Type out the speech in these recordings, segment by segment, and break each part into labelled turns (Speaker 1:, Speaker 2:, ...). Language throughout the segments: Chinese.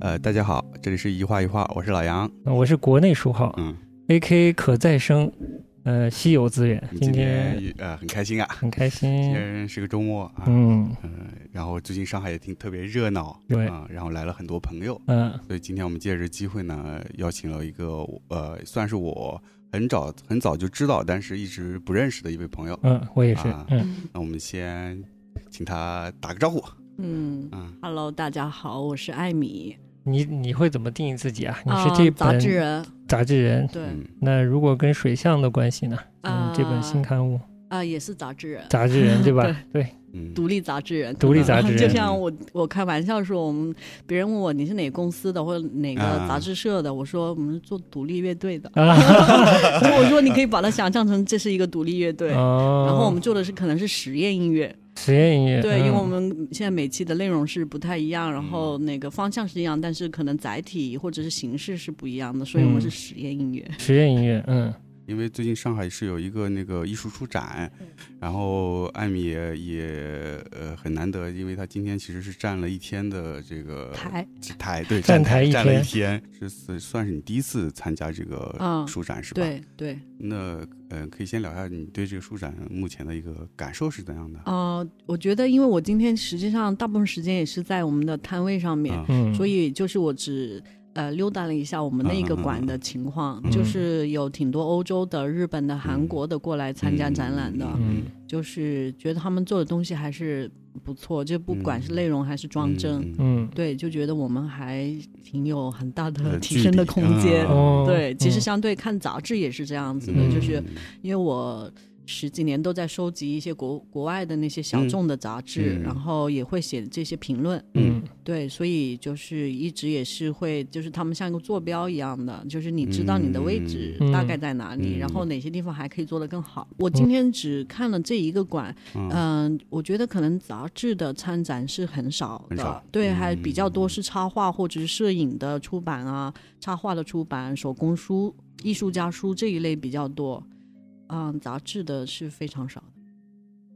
Speaker 1: 呃，大家好，这里是一画一画，我是老杨。
Speaker 2: 呃我是国内书号
Speaker 1: 嗯，
Speaker 2: ，A.K. 可再生，呃，稀有资源。
Speaker 1: 嗯今
Speaker 2: 今
Speaker 1: 天
Speaker 2: 天
Speaker 1: 也呃很开心啊，
Speaker 2: 很开
Speaker 1: 今
Speaker 2: 心，
Speaker 1: 天是个周末啊，
Speaker 2: 嗯
Speaker 1: 嗯、然后最近上海也挺特别热闹，
Speaker 2: 对
Speaker 1: 啊然后来了很多朋友，
Speaker 2: 嗯
Speaker 1: 所以今天我们借着机会呢，邀请了一个呃，算是我很早很早就知道，但是一直不认识的一位朋友。
Speaker 2: 嗯，我也是
Speaker 1: 啊，
Speaker 2: 嗯
Speaker 1: 那我们先请他打个招呼，
Speaker 3: 嗯
Speaker 1: 嗯，
Speaker 3: ，Hello，大家好，我是艾米，
Speaker 2: 你你会怎么定义自己啊？你
Speaker 3: 啊
Speaker 2: 是这
Speaker 3: 杂
Speaker 2: 本
Speaker 3: 志人，
Speaker 2: 杂志人，
Speaker 3: 对，啊、
Speaker 1: 嗯
Speaker 2: 那如果跟水象的关系呢？嗯，这本新刊物
Speaker 3: 啊也是杂志人，
Speaker 2: 杂志人对 吧？对，
Speaker 1: 嗯，
Speaker 3: 独立杂志人。
Speaker 2: 独立杂志
Speaker 3: 就
Speaker 2: 人，
Speaker 3: 像我，我开玩笑说，我们别人问我你是哪个公司的或者哪个
Speaker 1: 啊
Speaker 3: 杂志社的，我说我们是做独立乐 队的。
Speaker 2: 啊，
Speaker 3: 就我说你可以把它想象成这是一个独立乐队，
Speaker 2: 哦
Speaker 3: 然后我们做的是可能是实验音乐，
Speaker 2: 实验音乐，
Speaker 3: 对，因为我
Speaker 2: 嗯
Speaker 3: 们现在每期的内容是不太一样，然后那个方向是一样，但是可能载体或者是形式是不一样的，所以我们
Speaker 2: 嗯
Speaker 3: 是实验音乐。
Speaker 2: 实验音乐，嗯
Speaker 1: 因为最近上海是有一个那个艺术书展，
Speaker 3: 嗯
Speaker 1: 然后艾米也也呃很难得，因为她今天其实是站了一天的这个
Speaker 3: 台
Speaker 1: 台对
Speaker 2: 站台一
Speaker 1: 站了一
Speaker 2: 天
Speaker 1: 天，这次算是你第一次参加这个
Speaker 3: 嗯
Speaker 1: 书展是吧？。
Speaker 3: 对对，
Speaker 1: 那呃，可以先聊一下你对这个书展目前的一个感受是怎样的？
Speaker 3: 呃，我觉得因为我今天实际上大部分时间也是在我们的摊位上面，
Speaker 1: 啊
Speaker 2: 嗯，
Speaker 3: 所以就是我只。呃，溜达了一下我们那一个馆
Speaker 1: 嗯嗯
Speaker 3: 的情况，
Speaker 1: 嗯
Speaker 3: 就是有挺多欧洲的、日本的、韩国的过来参加展览的，
Speaker 2: 嗯
Speaker 3: 就是觉得他们做的东西还是不错，就不管是内容还是装帧，
Speaker 1: 嗯嗯嗯
Speaker 2: 嗯
Speaker 3: 对，就觉得我们还挺有很大
Speaker 1: 呃
Speaker 3: 的提
Speaker 1: 距
Speaker 3: 升的
Speaker 1: 离
Speaker 3: 空
Speaker 1: 啊
Speaker 3: 间。
Speaker 2: 哦，
Speaker 3: 对，其
Speaker 2: 嗯
Speaker 3: 实相对看杂志也是这样子的，
Speaker 1: 嗯
Speaker 3: 就是因为我十几年都在收集一些国国外的那些小众的杂志，
Speaker 1: 嗯
Speaker 3: 然后也会写这些评论，
Speaker 2: 嗯
Speaker 3: 对，所以就是一直也是会，就是他们像一个坐标一样的，就是你知道你的位置
Speaker 2: 嗯
Speaker 3: 大概在哪里，
Speaker 1: 嗯
Speaker 3: 然后哪些地方还可以做得更好。我今天只看了这一个馆，
Speaker 1: 嗯
Speaker 3: 嗯、我觉得可能杂志的参展是很少
Speaker 1: 很
Speaker 3: 的，
Speaker 1: 少
Speaker 3: 对，
Speaker 1: 嗯
Speaker 3: 还比较多是插画或者是摄影的出版啊，插画的出版、手工书、艺术家书这一类比较多。嗯，杂志的是非常少的，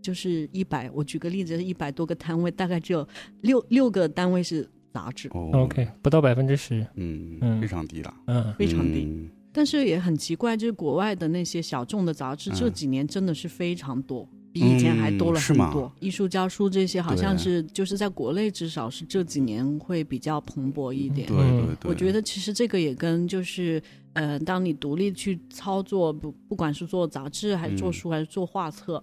Speaker 3: 就是一百，我举个例子，一百多个摊位，大概只有六六个单位是杂志，
Speaker 1: 哦
Speaker 2: 嗯，OK，不到百分之十，
Speaker 1: 嗯，
Speaker 2: 嗯
Speaker 1: 非常低了，
Speaker 2: 嗯
Speaker 3: 非常低。
Speaker 1: 嗯
Speaker 3: 但是也很奇怪，就是国外的那些小众的杂志，
Speaker 1: 嗯
Speaker 3: 这几年真的是非常多，比以前还多了很
Speaker 1: 嗯是
Speaker 3: 多
Speaker 1: 吗。
Speaker 3: 艺术家书这些好像
Speaker 1: 对
Speaker 3: 是就是在国内至少是这几年会比较蓬勃一点
Speaker 1: 对。
Speaker 2: 嗯
Speaker 1: 对对，
Speaker 3: 我觉得其实这个也跟就是，呃，当你独立去操作，不不管是做杂志还是做
Speaker 1: 嗯
Speaker 3: 书还是做画册，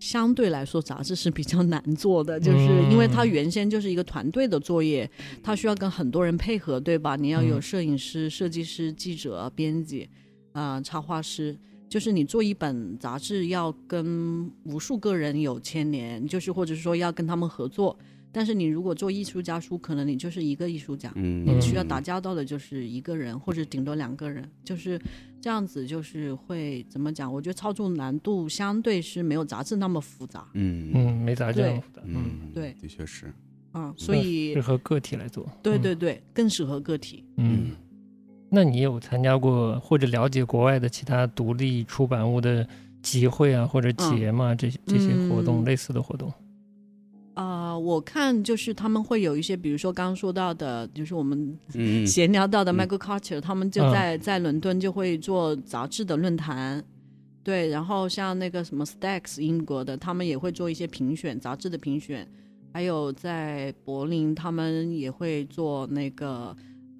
Speaker 3: 相对来说杂志是比较难做的，就是因为它
Speaker 2: 嗯
Speaker 3: 原先就是一个团队的作业，它需要跟很多人配合，对吧？你要有
Speaker 1: 嗯
Speaker 3: 摄影师、设计师、记者、编辑，啊、插画师。就是你做一本杂志，要跟无数个人有牵连，就是或者说要跟他们合作。但是你如果做艺术家书，可能你就是一个艺术家，
Speaker 1: 嗯，
Speaker 3: 你
Speaker 1: 嗯
Speaker 3: 需要打交道的就是一个人或者顶多两个人，就是这样子，就是会怎么讲？我觉得操作难度相对是没有杂志那么复杂
Speaker 1: 嗯
Speaker 2: 嗯，没杂志那么复杂，嗯，
Speaker 1: 嗯，
Speaker 3: 对
Speaker 1: 的确是，
Speaker 3: 啊，所以
Speaker 2: 适合个体来做，
Speaker 3: 对
Speaker 2: 嗯
Speaker 3: 对对，更适合个体。
Speaker 2: 嗯。那你有参加过或者了解国外的其他独立出版物的集会啊，或者节嘛、这些这些活动、
Speaker 3: 嗯
Speaker 2: 类似的活动？
Speaker 3: 啊，我看就是他们会有一些，比如说刚刚说到的，就是我们
Speaker 1: 嗯，嗯
Speaker 3: 闲聊到的
Speaker 1: 嗯
Speaker 3: Michael Culture，、他们就
Speaker 2: 嗯
Speaker 3: 在、在伦敦就会做杂志的论坛，对，然后像那个什么 Stacks 英国的，他们也会做一些评选杂志的评选，还有在柏林他们也会做那个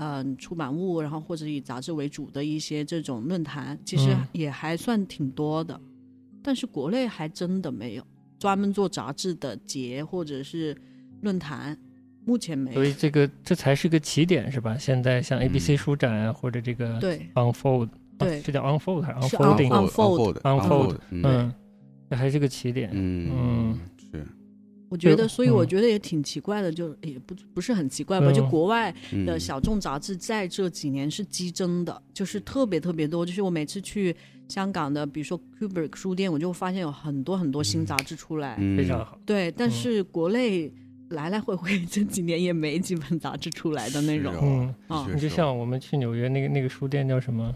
Speaker 3: 嗯、出版物，然后或者以杂志为主的一些这种论坛，其实
Speaker 2: 嗯
Speaker 3: 也还算挺多的，但是国内还真的没有专门做杂志的节或者是论坛，目前没
Speaker 2: 所
Speaker 3: 有
Speaker 2: 以，这个这才是个起点，是吧？现在像 ABC 书展啊，或者这个
Speaker 3: 对
Speaker 2: Unfold，
Speaker 3: 对
Speaker 2: 啊、这叫 Unfold 还
Speaker 3: 是
Speaker 2: Unfolding？
Speaker 3: unfold
Speaker 1: unfold
Speaker 2: unfold，
Speaker 1: 嗯
Speaker 2: 嗯，这还是个起点。
Speaker 1: 嗯
Speaker 2: 嗯
Speaker 1: 是
Speaker 3: 我觉
Speaker 2: 对
Speaker 3: 得，所以我
Speaker 2: 嗯
Speaker 3: 觉得也挺奇怪的，就也不不是很奇怪吧。
Speaker 2: 嗯
Speaker 3: 就国外的
Speaker 1: 嗯
Speaker 3: 小众杂志在这几年是激增的，就是特别特别多。就是我每次去香港的，比如说 Kubrick 书店，我就发现有很多很多新杂志出来。
Speaker 1: 嗯
Speaker 2: 非常好，
Speaker 3: 对，但
Speaker 2: 嗯
Speaker 3: 是国内来来回回 这几年也没几本杂志出来的那种
Speaker 1: 是哦
Speaker 2: 嗯，
Speaker 3: 啊
Speaker 1: 的确
Speaker 2: 你就是像我们去纽约那个那个书店叫什么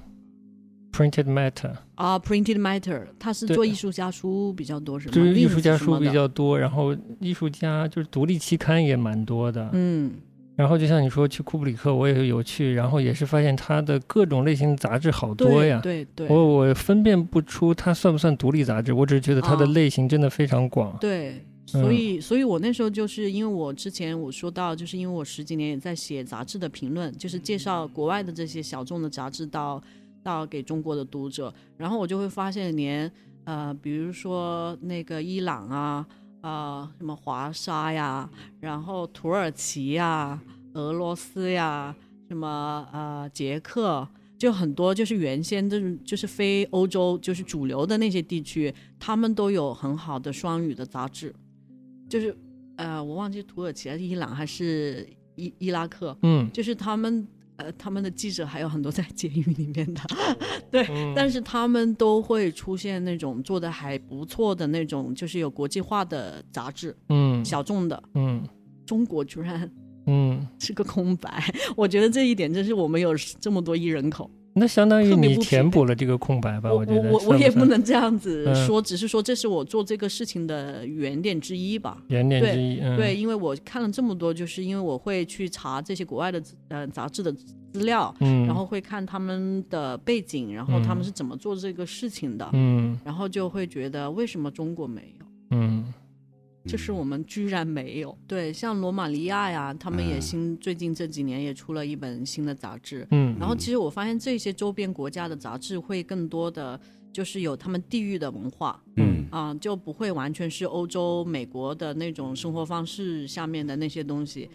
Speaker 2: ，Printed Matter，
Speaker 3: 啊。Printed Matter，它是
Speaker 2: 对
Speaker 3: 做艺术家书比较多，是吗？
Speaker 2: 就是艺
Speaker 3: Vince
Speaker 2: 术家
Speaker 3: 什么
Speaker 2: 书比
Speaker 3: 的
Speaker 2: 较多，然后艺术家就是独立期刊也蛮多的，
Speaker 3: 嗯
Speaker 2: 然后就像你说去库布里克，我也有去，然后也是发现他的各种类型杂志好多呀。哦
Speaker 3: 对对
Speaker 2: 我我分辨不出它算不算独立杂志，我只是觉得它的
Speaker 3: 啊
Speaker 2: 类型真的非常广。
Speaker 3: 对，所以所以我那时候就是因为我之前我说到，就是因为我十几年也在写杂志的评论，就是介绍国外的这些小众的杂志到到给中国的读者，然后我就会发现连呃，比如说那个伊朗啊。啊、什么华沙呀，然后土耳其呀，俄罗斯呀，什么呃捷克，就很多就是原先就是就是非欧洲就是主流的那些地区，他们都有很好的双语的杂志，就是呃我忘记土耳其还是伊朗还是伊伊拉克，
Speaker 2: 嗯，
Speaker 3: 就是他们呃他们的记者还有很多在 监狱里面的，
Speaker 2: 嗯
Speaker 3: 对， 但是他们都会出现那种做的还不错的那种，就是有国际化的杂志，
Speaker 2: 嗯
Speaker 3: 小众的，
Speaker 2: 嗯
Speaker 3: 中国居然
Speaker 2: 嗯，
Speaker 3: 是个空白，我觉得这一点真是我们有这么多亿人口。
Speaker 2: 那相当于
Speaker 3: 特别
Speaker 2: 你
Speaker 3: 不匹
Speaker 2: 填
Speaker 3: 配
Speaker 2: 补了这个空白吧？
Speaker 3: 我
Speaker 2: 觉得
Speaker 3: 我我也
Speaker 2: 算
Speaker 3: 不
Speaker 2: 不算
Speaker 3: 能这样子
Speaker 2: 嗯
Speaker 3: 说，只是说这是我做这个事情的原点之一吧。
Speaker 2: 原点
Speaker 3: 对
Speaker 2: 之一。嗯，
Speaker 3: 对，，因为我看了这么多，就是因为我会去查这些国外的呃杂志的资料，
Speaker 2: 嗯，
Speaker 3: 然后会看他们的背景，然后他
Speaker 2: 嗯
Speaker 3: 们是怎么做这个事情的，
Speaker 2: 嗯
Speaker 3: 然后就会觉得为什么中国没有？
Speaker 2: 嗯
Speaker 3: 就是我们居然没有。对，像罗马尼亚呀，他们也
Speaker 1: 嗯
Speaker 3: 新、最近这几年也出了一本新的杂志，
Speaker 2: 嗯
Speaker 3: 然后其实我发现这些周边国家的杂志会更多的就是有他们地域的文化
Speaker 1: 嗯
Speaker 3: 啊、就不会完全是欧洲、美国的那种生活方式下面的那些东西。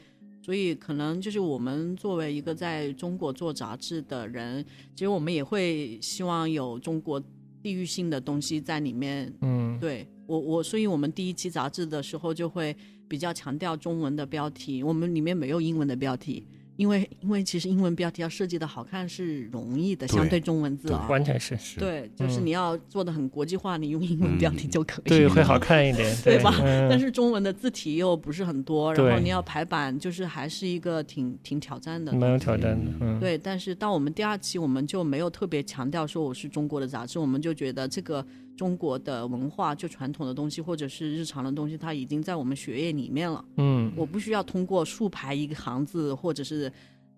Speaker 3: 所以可能就是我们作为一个在中国做杂志的人，其实我们也会希望有中国地域性的东西在里面。
Speaker 2: 嗯
Speaker 3: 对我我，所以我们第一期杂志的时候就会比较强调中文的标题，我们里面没有英文的标题，因为因为其实英文标题要设计的好看是容易的，
Speaker 1: 对
Speaker 3: 相对中文字啊，
Speaker 2: 完全是
Speaker 1: 是，
Speaker 3: 对，就是
Speaker 2: 嗯
Speaker 3: 你要做的很国际化，你用英文标题就可以，
Speaker 2: 对会好看一点，
Speaker 3: 对吧？
Speaker 2: 嗯
Speaker 3: 但是中文的字体又不是很多，
Speaker 2: 对
Speaker 3: 然后你要排版，就是还是一个挺挺挑战的。
Speaker 2: 蛮有挑战的。嗯，
Speaker 3: 对，但是到我们第二期，我们就没有特别强调说我是中国的杂志，我们就觉得这个中国的文化，就传统的东西或者是日常的东西，它已经在我们血液里面了。
Speaker 2: 嗯，
Speaker 3: 我不需要通过竖排一个行字，或者是，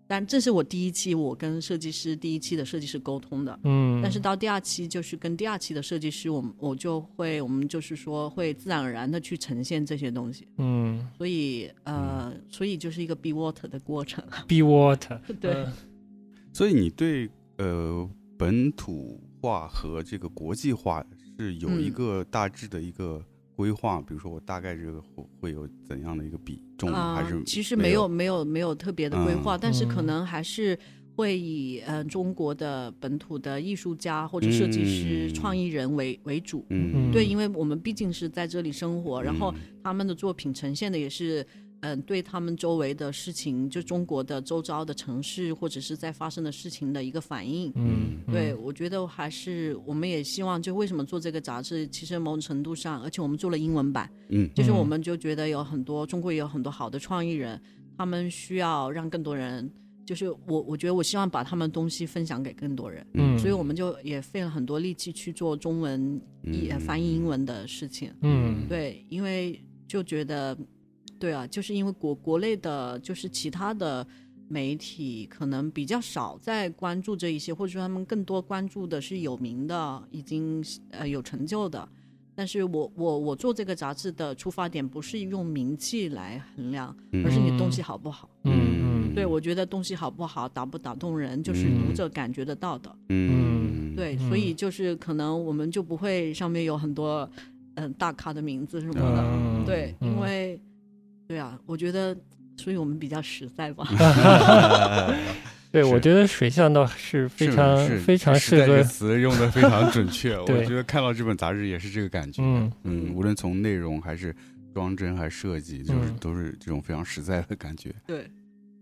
Speaker 3: 但这是我第一期我跟设计师第一期的设计师沟通的。
Speaker 2: 嗯，
Speaker 3: 但是到第二期，就是跟第二期的设计师，我们我就会，我们就是说会自然而然的去呈现这些东西，
Speaker 2: 嗯
Speaker 3: 所以呃，所以就是一个 be water 的过程。
Speaker 2: ，be water，
Speaker 3: 对
Speaker 2: 嗯
Speaker 1: 所以你对呃本土化和这个国际化是有一
Speaker 3: 嗯
Speaker 1: 个大致的一个规划，比如说我大概这个会会有怎样的一个比重，
Speaker 3: 啊，
Speaker 1: 还是
Speaker 3: 其实
Speaker 1: 没
Speaker 3: 没有没有没有特别的规划，但是可
Speaker 2: 嗯
Speaker 3: 能还是会以嗯、呃中国的本土的艺术家或者设计师、
Speaker 1: 嗯
Speaker 3: 创意人为为主。
Speaker 1: 嗯
Speaker 3: 对，因为我们毕竟是在这里生活，然后
Speaker 1: 嗯
Speaker 3: 他们的作品呈现的也是，嗯、对他们周围的事情，就中国的周遭的城市或者是在发生的事情的一个反应。
Speaker 2: 嗯，嗯
Speaker 3: 对，，我觉得还是我们也希望，就为什么做这个杂志，其实某种程度上，而且我们做了英文版，
Speaker 1: 嗯
Speaker 3: 就是我
Speaker 2: 嗯
Speaker 3: 们就觉得有很多中国也有很多好的创意人，他们需要让更多人，就是我我觉得我希望把他们东西分享给更多人，
Speaker 2: 嗯，
Speaker 3: 所以我们就也费了很多力气去做中文译、
Speaker 1: 嗯
Speaker 3: 呃翻译英文的事情，
Speaker 2: 嗯
Speaker 3: 对，因为就觉得，对啊，就是因为国国内的，就是其他的媒体可能比较少在关注这一些，或者说他们更多关注的是有名的、已经呃有成就的。但是我我我做这个杂志的出发点不是用名气来衡量，
Speaker 1: 嗯
Speaker 3: 而是你东西好不好。
Speaker 2: 嗯嗯
Speaker 3: 对我觉得东西好不好，打不打动人，就是
Speaker 2: 嗯
Speaker 3: 读者感觉得到的。
Speaker 1: 嗯
Speaker 3: 对，所以就是可能我们就不会上面有很多嗯、大咖的名字什么的。
Speaker 2: 嗯
Speaker 3: 对，
Speaker 2: 嗯
Speaker 3: 因为对啊，我觉得，所以我们比较实在 吧。
Speaker 2: 对，我
Speaker 1: 是
Speaker 2: 觉得水象倒是非
Speaker 1: 是
Speaker 2: 常
Speaker 1: 是
Speaker 2: 非常
Speaker 1: 实在
Speaker 2: 适
Speaker 1: 这
Speaker 2: 合
Speaker 1: 个，词用的非常准 确，我
Speaker 2: 对
Speaker 1: 觉得看到这本杂志也是这个感觉。
Speaker 2: 嗯
Speaker 1: 嗯，无论从内容还是装帧还是设计，就是
Speaker 2: 嗯
Speaker 1: 都是这种非常实在的感觉。嗯
Speaker 3: 对，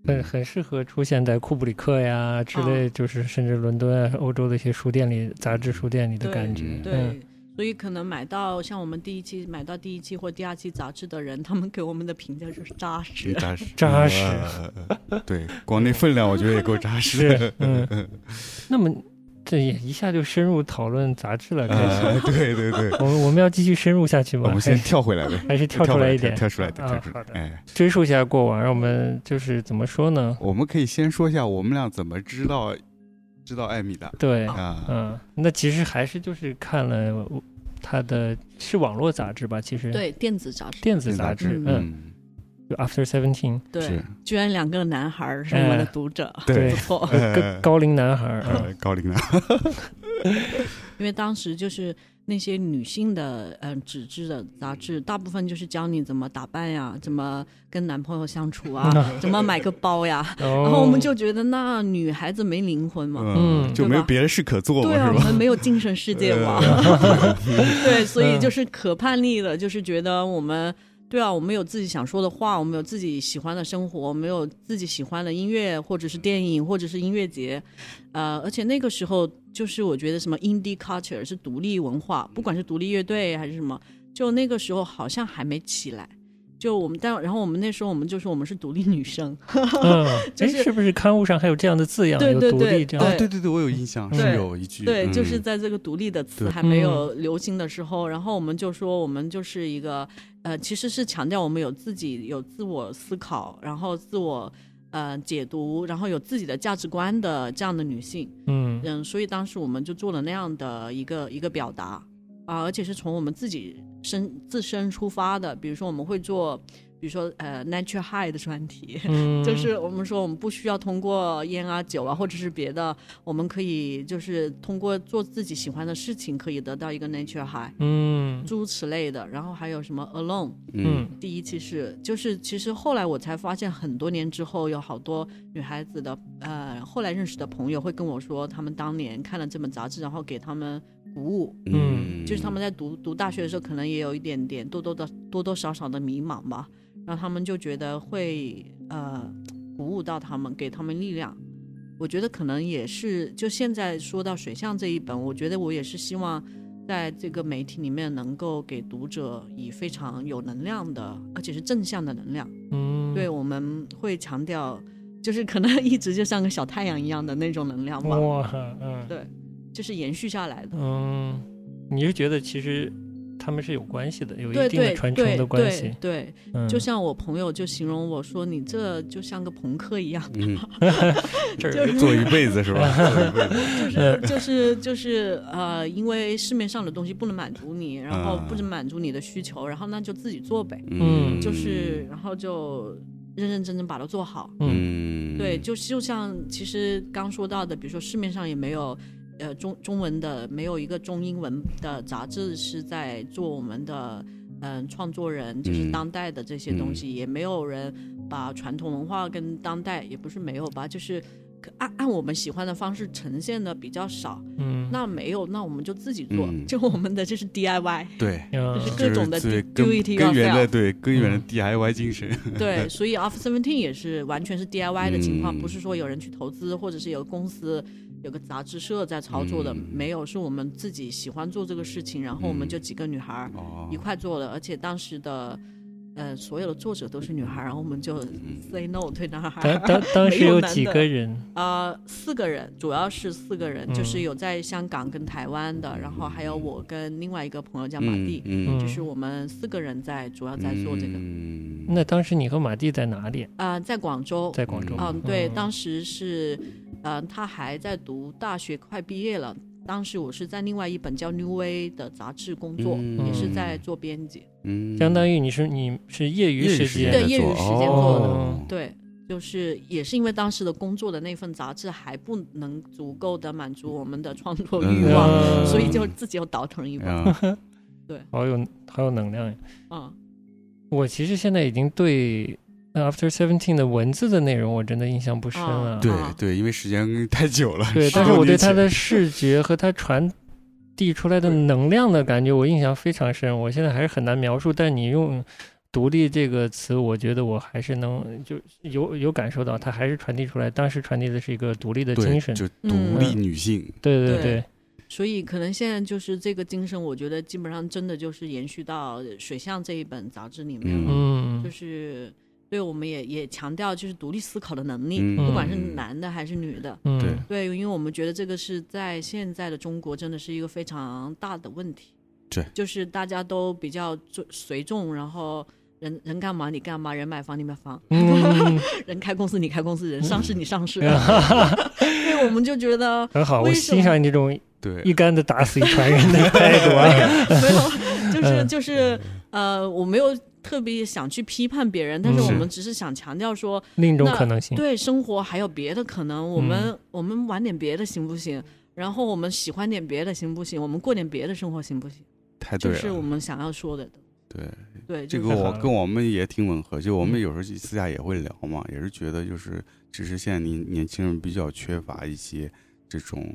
Speaker 4: 嗯
Speaker 2: 很很适合出现在库布里克呀之
Speaker 3: 哦
Speaker 2: 类，就是甚至伦敦啊、欧洲的一些书店里、杂志书店里的
Speaker 3: 对
Speaker 2: 感觉。
Speaker 1: 嗯
Speaker 3: 对。所以可能买到像我们第一期买到第一期或第二期杂志的人，他们给我们的评价就是扎实。
Speaker 1: 扎实 嗯
Speaker 2: 扎实
Speaker 1: 呃对，光那分量我觉得也够扎实的。
Speaker 2: 嗯，那么这也一下就深入讨论杂志了，开始。
Speaker 1: 嗯
Speaker 4: 哎，对对 对，
Speaker 2: 我们我们要继续深入下去吗？
Speaker 4: 我们先
Speaker 2: 还是
Speaker 4: 跳回来呗，
Speaker 2: 还是 跳出来一点，
Speaker 4: 跳出来点，
Speaker 2: 啊
Speaker 4: 跳出
Speaker 2: 好
Speaker 4: 来
Speaker 2: 的
Speaker 4: 点。哎，
Speaker 2: 追溯一下过往，让我们就是怎么说呢？
Speaker 1: 我们可以先说一下我们俩怎么知道知道艾米的
Speaker 2: 对，
Speaker 4: 啊，
Speaker 2: 嗯，那其实还是就是看了他的是网络杂志吧，其实
Speaker 3: 对电子杂志，
Speaker 2: 电子杂志，
Speaker 3: 嗯
Speaker 2: 嗯，
Speaker 1: 嗯，
Speaker 2: 就 After Seventeen，
Speaker 3: 对
Speaker 1: 是，
Speaker 3: 居然两个男孩儿是我们的
Speaker 2: 哎
Speaker 3: 读者，
Speaker 2: 对
Speaker 3: 不 错。
Speaker 4: 呃
Speaker 2: 高龄男孩儿，嗯
Speaker 4: 呃高龄的，
Speaker 3: 因为当时就是那些女性的嗯、呃纸质的杂志，大部分就是教你怎么打扮呀，怎么跟男朋友相处啊，
Speaker 2: 嗯
Speaker 3: 怎么买个包呀。
Speaker 2: 然
Speaker 3: 然后我们就觉得那女孩子没灵魂嘛，
Speaker 2: 嗯
Speaker 4: 就没有别的事可做
Speaker 3: 对
Speaker 4: 嘛，
Speaker 3: 啊，
Speaker 4: 是
Speaker 3: 我
Speaker 4: 吧？
Speaker 3: 们没有精神世 界嘛。 对，所以就是可叛逆了，就是觉得我们。对啊，我们有自己想说的话，我们有自己喜欢的生活，我们有自己喜欢的音乐，或者是电影，或者是音乐节，呃，而且那个时候就是我觉得什么 indie culture 是独立文化，不管是独立乐队还是什么，就那个时候好像还没起来。就我们但然后我们那时候我们就说我们是独立女生，
Speaker 2: 嗯，
Speaker 3: 就
Speaker 2: 哎，
Speaker 3: 是
Speaker 2: 是不是刊物上还有这样的字样，
Speaker 3: 对
Speaker 2: 有
Speaker 3: 对
Speaker 2: 独
Speaker 3: 对
Speaker 2: 立这样
Speaker 1: 啊，
Speaker 2: 的？
Speaker 1: 对对对，我有印象，是
Speaker 3: 对
Speaker 1: 有一句，
Speaker 3: 对，就
Speaker 1: 嗯
Speaker 3: 是在这个独立的词
Speaker 1: 对
Speaker 3: 还没有流行的时候，然后我们就说我们就是一个呃，其实是强调我们有自己有自我思考，然后自我呃解读，然后有自己的价值观的这样的女性，
Speaker 2: 嗯
Speaker 3: 嗯，所以当时我们就做了那样的一个一个表达啊，而且是从我们自己身自身出发的，比如说我们会做，比如说呃 Nature High 的专题，
Speaker 2: 嗯，
Speaker 3: 就是我们说，我们不需要通过烟啊、酒啊，或者是别的，我们可以就是通过做自己喜欢的事情，可以得到一个 nature high，
Speaker 2: 嗯
Speaker 3: 诸如此类的。然后还有什么 alone，
Speaker 1: 嗯
Speaker 2: 嗯
Speaker 3: 第一期是就是其实后来我才发现，很多年之后有好多女孩子的呃后来认识的朋友会跟我说，他们当年看了这本杂志，然后给他们鼓舞，
Speaker 2: 嗯
Speaker 3: 就是他们在读读大学的时候，可能也有一点点多多的多多少少的迷茫吧，然后他们就觉得会呃鼓舞到他们，给他们力量。我觉得可能也是，就现在说到水象这一本，我觉得我也是希望在这个媒体里面能够给读者以非常有能量的，而且是正向的能量。
Speaker 2: 嗯，
Speaker 3: 对，我们会强调，就是可能一直就像个小太阳一样的那种能量吧，
Speaker 2: 哇，嗯
Speaker 3: 对就是延续下来的。
Speaker 2: 嗯，你是觉得其实他们是有关系的，有
Speaker 3: 对
Speaker 2: 一定
Speaker 3: 对
Speaker 2: 的传承
Speaker 3: 对
Speaker 2: 的关系
Speaker 3: 对，对，
Speaker 2: 嗯，
Speaker 3: 就像我朋友就形容我说：“你这就像个朋克一样，
Speaker 1: 嗯
Speaker 2: 这
Speaker 3: 就
Speaker 2: 儿呃
Speaker 3: 是
Speaker 4: 做一辈子 是吧？做一辈子
Speaker 3: 就是就是就是呃，因为市面上的东西不能满足你，然后
Speaker 4: 啊
Speaker 3: 不能满足你的需求，然后那就自己做呗，
Speaker 2: 嗯
Speaker 3: 就是然后就认认真真把它做好。
Speaker 2: 嗯
Speaker 1: 嗯，
Speaker 3: 对，就就像其实刚说到的，比如说市面上也没有。”呃，中中文的没有一个中英文的杂志是在做我们的嗯、创作人，就是
Speaker 1: 嗯
Speaker 3: 当代的这些东西，也没有人把传统文化跟当代也不是没有吧，就是可按按我们喜欢的方式呈现的比较少。
Speaker 2: 嗯，
Speaker 3: 那没有，那我们就自己做，
Speaker 1: 嗯
Speaker 3: 就我们的就是 DIY，
Speaker 1: 对，
Speaker 2: 嗯
Speaker 3: 就是
Speaker 1: 就
Speaker 3: 各
Speaker 1: 是
Speaker 3: 种的
Speaker 1: 最
Speaker 3: do
Speaker 1: 根
Speaker 3: do it
Speaker 1: 根源的
Speaker 3: yourself。
Speaker 1: 对根源的
Speaker 2: 嗯
Speaker 1: DIY 精 神，
Speaker 3: 对，所以 Off Seventeen 也是完全是 DIY 的情
Speaker 1: 嗯
Speaker 3: 况，不是说有人去投资，或者是有公司。有个杂志社在操作的，
Speaker 1: 嗯
Speaker 3: 没有，是我们自己喜欢做这个事情，然后我们
Speaker 1: 嗯
Speaker 3: 就几个女孩儿
Speaker 1: 哦
Speaker 3: 一块做的，而且当时的，呃，所有的作者都是女孩儿，然后我们就
Speaker 1: 嗯
Speaker 3: say no 对男孩
Speaker 1: 哎
Speaker 2: 当
Speaker 3: 儿，
Speaker 2: 当当时
Speaker 3: 没有
Speaker 2: 有
Speaker 3: 男
Speaker 2: 几
Speaker 3: 的
Speaker 2: 个人，
Speaker 3: 呃，四个人，主要是四个人，就
Speaker 2: 嗯
Speaker 3: 是有在香港跟台湾的，然后还有我跟另外一个朋友叫马蒂，
Speaker 1: 嗯，
Speaker 2: 嗯
Speaker 3: 就是我们四个人在主要在做这个，
Speaker 1: 嗯
Speaker 2: 那当时你和马蒂在哪里？
Speaker 3: 啊，在广州，
Speaker 2: 在广州。
Speaker 3: 嗯，对，
Speaker 2: 嗯
Speaker 3: 当时是，呃，他还在读大学，快毕业了。当时我是在另外一本叫《New Way》的杂志工作，
Speaker 1: 嗯
Speaker 3: 也是在做编辑。
Speaker 1: 嗯
Speaker 2: 相当于你是你是业余
Speaker 1: 业余
Speaker 2: 时
Speaker 1: 时
Speaker 2: 间
Speaker 1: 间
Speaker 3: 对
Speaker 1: 在
Speaker 3: 业余
Speaker 1: 做
Speaker 3: 时间做的
Speaker 1: 哦
Speaker 3: 对，就是也是因为当时的工作的那份杂志还不能足够的满足我们的创作欲
Speaker 1: 嗯
Speaker 3: 望，
Speaker 2: 嗯
Speaker 3: 所以就自己又倒腾一把。
Speaker 1: 啊
Speaker 2: 好有好有能量呀！
Speaker 3: 嗯，
Speaker 2: 我其实现在已经对呃 After Seventeen 的文字的内容我真的印象不深了，
Speaker 1: 对
Speaker 3: 啊
Speaker 1: 对，因为时间 太久了，
Speaker 2: 对，
Speaker 1: 十
Speaker 2: 但是
Speaker 1: 多
Speaker 2: 我对
Speaker 1: 年
Speaker 2: 它
Speaker 1: 前
Speaker 2: 的视觉和它传递出来的能量的感觉，我印象非常深。我现在还是很难描述，但你用“独立”这个词，我觉得我还是能就有有感受到，它还是传递出来。当时传递的是一个独立的
Speaker 1: 对
Speaker 2: 精神，
Speaker 1: 就
Speaker 3: 嗯
Speaker 1: 独立女性，
Speaker 2: 对
Speaker 3: 对
Speaker 2: 对，
Speaker 3: 所以可能现在就是这个精神，我觉得基本上真的就是延续到《水象》这一本杂志里面了。
Speaker 1: 嗯
Speaker 2: 嗯
Speaker 3: 就，是对，我们也也强调就是独立思考的能力，
Speaker 1: 嗯
Speaker 3: 不管是
Speaker 1: 嗯
Speaker 3: 男的还是女的。
Speaker 2: 嗯，
Speaker 1: 对
Speaker 3: 对，因为我们觉得这个是在现在的中国真的是一个非常大的问题。
Speaker 1: 对
Speaker 3: 就是大家都比较随随众，然后人人干嘛你干嘛，人买房你买房，
Speaker 2: 嗯，
Speaker 3: 人开公司你开公司，人
Speaker 2: 嗯
Speaker 3: 上市你上市。对，我们就觉得
Speaker 2: 很好，我
Speaker 3: 为什
Speaker 2: 欣
Speaker 3: 么
Speaker 2: 赏你这种
Speaker 1: 对
Speaker 2: 一竿子打死一船人的态度啊。
Speaker 3: 没有，就是
Speaker 2: 嗯
Speaker 3: 就是呃，我没有特别想去批判别人，但是
Speaker 2: 嗯
Speaker 3: 我们只是想强调说，
Speaker 2: 另一种
Speaker 3: 那
Speaker 2: 可能
Speaker 1: 嗯
Speaker 2: 性，
Speaker 3: 对生活还有别的可能，我们、我们玩点别的行不行？然后我们喜欢点别的行不行？我们过点别的生活行不行？
Speaker 1: 太对
Speaker 3: 就
Speaker 1: 了，
Speaker 3: 是我们想要说的。
Speaker 1: 对
Speaker 3: 对，
Speaker 1: 这
Speaker 3: 就
Speaker 1: 个
Speaker 3: 是
Speaker 2: 太好
Speaker 1: 我
Speaker 2: 了
Speaker 1: 跟我们也挺吻合，就我们
Speaker 2: 嗯
Speaker 1: 有时候私下也会聊嘛，也是觉得就是只是现在年年轻人比较缺乏一些这种，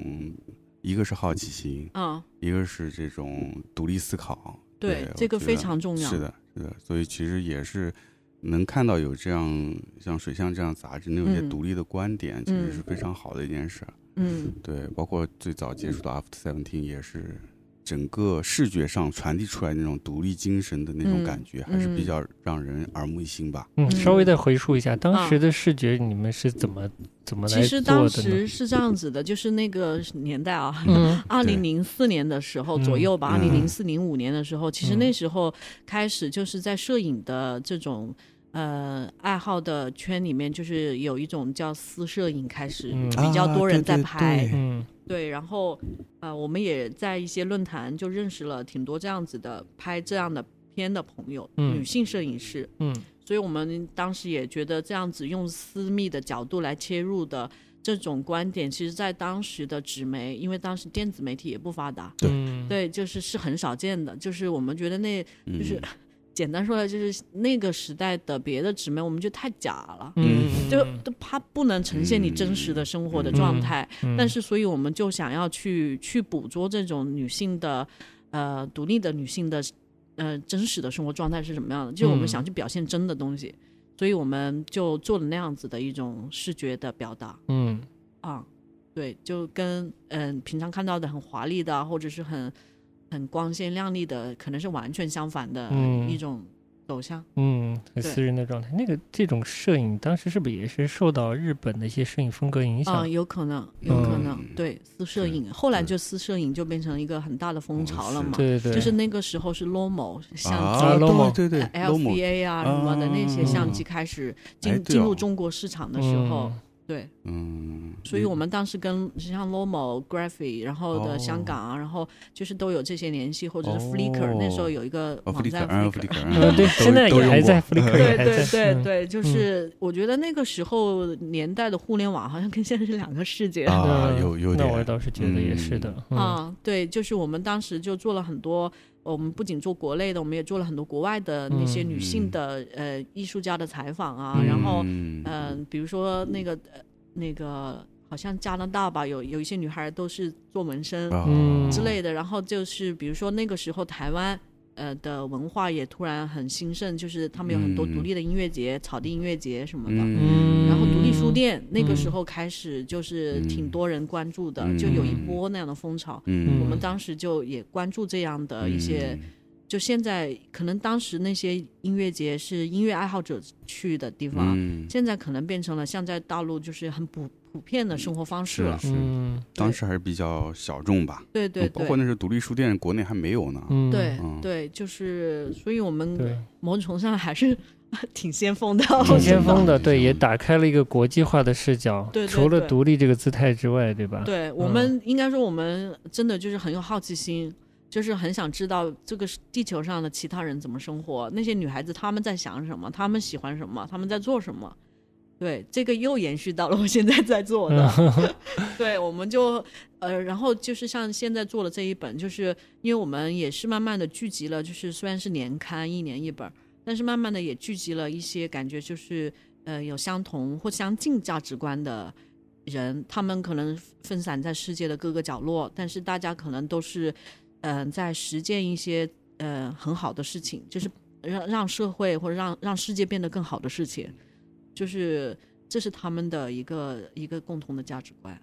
Speaker 1: 一个是好奇心，
Speaker 3: 嗯，
Speaker 1: 一个是这种独立思考，
Speaker 3: 对，
Speaker 1: 对
Speaker 3: 这个
Speaker 1: 我觉
Speaker 3: 非
Speaker 1: 得
Speaker 3: 常重要。
Speaker 1: 是的，是的，所以其实也是能看到有这样像水象这样杂志，能有一些
Speaker 3: 嗯
Speaker 1: 独立的观点，其实是
Speaker 3: 嗯
Speaker 1: 非常好的一件事儿。
Speaker 3: 嗯，
Speaker 1: 对，包括最早接触到 After Seventeen 也是。整个视觉上传递出来那种独立精神的那种
Speaker 3: 嗯
Speaker 1: 感觉，还是比
Speaker 3: 嗯
Speaker 1: 较让人耳目一新吧。
Speaker 2: 嗯，
Speaker 3: 嗯
Speaker 2: 稍微再回溯一下当
Speaker 3: 啊
Speaker 2: 时的视觉，你们是怎么怎么来
Speaker 3: 其实
Speaker 2: 做
Speaker 3: 当
Speaker 2: 的呢？
Speaker 3: 时是这样子的，就是那个年代啊，
Speaker 2: 嗯
Speaker 3: 二零零四年的时候
Speaker 2: 嗯
Speaker 3: 左右吧，二零
Speaker 1: 嗯
Speaker 3: 零四零五年的时候，其实
Speaker 2: 嗯
Speaker 3: 那时候开始就是在摄影的这种呃爱好的圈里面，就是有一种叫私摄影开始
Speaker 2: 嗯
Speaker 3: 比较多人在拍，
Speaker 1: 啊对对对
Speaker 2: 嗯
Speaker 3: 对，然后呃我们也在一些论坛就认识了挺多这样子的拍这样的片的朋友，
Speaker 2: 嗯
Speaker 3: 女性摄影师，
Speaker 2: 嗯
Speaker 3: 所以我们当时也觉得这样子用私密的角度来切入的这种观点，其实在当时的纸媒，因为当时电子媒体也不发达，
Speaker 1: 对
Speaker 2: 嗯，
Speaker 3: 对，就是是很少见的。就是我们觉得那
Speaker 1: 嗯
Speaker 3: 就是、 简单说来，就是那个时代的别的纸媒，我们觉得太假了，
Speaker 2: 嗯，
Speaker 3: 就
Speaker 2: 嗯
Speaker 3: 就它不能呈现你真实的生活的状态。
Speaker 2: 嗯
Speaker 3: 但是，所以我们就想要去去捕捉这种女性的，呃，独立的女性的，呃，真实的生活状态是什么样的？就是我们
Speaker 2: 嗯
Speaker 3: 想去表现真的东西，所以我们就做了那样子的一种视觉的表达
Speaker 2: 嗯
Speaker 3: 啊。对，就跟嗯、平常看到的很华丽的，啊或者是很很光鲜亮丽的，可能是完全相反的
Speaker 2: 嗯
Speaker 3: 呃一种走向。
Speaker 2: 嗯，很
Speaker 3: 对
Speaker 2: 私人的状态。那个这种摄影，当时是不是也是受到日本的一些摄影风格影
Speaker 3: 啊、
Speaker 2: 响？
Speaker 3: 有可能，有可能，
Speaker 1: 嗯
Speaker 3: 对，私摄
Speaker 1: 是
Speaker 3: 影，后来
Speaker 1: 对
Speaker 3: 就私摄影就变成一个很大的风
Speaker 1: 哦
Speaker 3: 潮了
Speaker 1: 是
Speaker 3: 嘛。
Speaker 2: 对对对，
Speaker 3: 就是那个时候是 Lomo 相
Speaker 2: 啊
Speaker 3: 机。
Speaker 2: ，Lomo
Speaker 1: 对对 Lomo
Speaker 3: LCA 啊什么的那些相机
Speaker 2: 嗯
Speaker 3: 开始
Speaker 1: 哎
Speaker 3: 进
Speaker 1: 对哦
Speaker 3: 进入中国市场的时候，对，
Speaker 1: 嗯，
Speaker 3: 所以我们当时跟像 Lomo、Graphy，然后
Speaker 1: 哦
Speaker 3: 的香港啊，然后就是都有这些联系，或者是
Speaker 1: 哦
Speaker 3: Flickr，那时候有一个
Speaker 1: 哦，
Speaker 3: 网
Speaker 1: 弗里克，
Speaker 3: 站
Speaker 1: 嗯，弗里克，
Speaker 3: Flickr。
Speaker 2: 嗯，
Speaker 1: 嗯
Speaker 2: 对，
Speaker 1: 都
Speaker 2: 现在
Speaker 1: 都
Speaker 2: 也
Speaker 1: 用
Speaker 2: 还
Speaker 1: 过嗯
Speaker 2: 在 Flickr，
Speaker 3: 对
Speaker 2: 也还
Speaker 3: 对
Speaker 2: 在，
Speaker 3: 对对，就是我觉得那个时候年代的互联网好像跟现在是两个世 界
Speaker 1: 啊
Speaker 2: 嗯
Speaker 1: 有有
Speaker 2: 那
Speaker 1: 点
Speaker 2: 我倒是觉得也是
Speaker 1: 嗯
Speaker 2: 的，嗯
Speaker 3: 啊，对，就是我们当时就做了很多，我们不仅做国内的，我们也做了很多国外的那些
Speaker 2: 嗯
Speaker 3: 女
Speaker 1: 嗯
Speaker 3: 性的、呃艺术家的采访啊，然后
Speaker 1: 嗯
Speaker 3: 嗯、呃比如说那个呃那个好像加拿大吧，有有一些女孩都是做纹身
Speaker 1: 啊
Speaker 2: 嗯
Speaker 3: 之类的，然后就是比如说那个时候台湾。呃的文化也突然很兴盛，就是他们有很多独
Speaker 1: 嗯
Speaker 3: 立的音乐节、草地音乐节什么的，
Speaker 1: 嗯，
Speaker 3: 然后独立书店、那个时
Speaker 2: 嗯
Speaker 3: 候开始就是
Speaker 1: 嗯
Speaker 3: 挺多人关注的，就有一
Speaker 1: 嗯
Speaker 3: 波那样的风潮。
Speaker 1: 嗯，
Speaker 3: 我们当时就也关注这样的一些，就现在可能当时那些音乐节是音乐爱好者去的地方，
Speaker 1: 嗯，
Speaker 3: 现在可能变成了像在大陆就是很普普遍的生活方式了。
Speaker 1: 是啊
Speaker 2: 嗯
Speaker 1: 当时还是比较小众吧，
Speaker 3: 对对
Speaker 1: 包括
Speaker 3: 对
Speaker 1: 那时候独立书店，国内还没有
Speaker 4: 啊
Speaker 1: 呢，
Speaker 2: 嗯，
Speaker 3: 对
Speaker 1: 嗯
Speaker 3: 对，就是所以我
Speaker 2: 对
Speaker 3: 们。某种程度上还是 挺先锋的，
Speaker 2: 挺
Speaker 3: 我觉
Speaker 2: 先
Speaker 3: 得。
Speaker 2: 锋的，
Speaker 1: 嗯
Speaker 2: 对，也打开了一个国际化的视角。
Speaker 3: 对对
Speaker 2: 除了
Speaker 3: 对
Speaker 2: 独立这个姿态之外，对吧？
Speaker 3: 对我们应该说，我们真的就是很有好奇心，就是很想知道这个地球上的其他人怎么生活，那些女孩子她们在想什么，她们喜欢什么，她们在做什么。对，这个又延续到了我现在在做的。
Speaker 2: 嗯
Speaker 3: 对，我们就呃，然后就是像现在做的这一本，就是因为我们也是慢慢的聚集了，就是虽然是年刊一年一本儿，但是慢慢的也聚集了一些感觉就是呃有相同或相近价值观的人，他们可能分散在世界的各个角落，但是大家可能都是嗯、呃在实践一些呃很好的事情，就是让让社会或者让让世界变得更好的事情，就是这是他们的一个一个共同的价值观。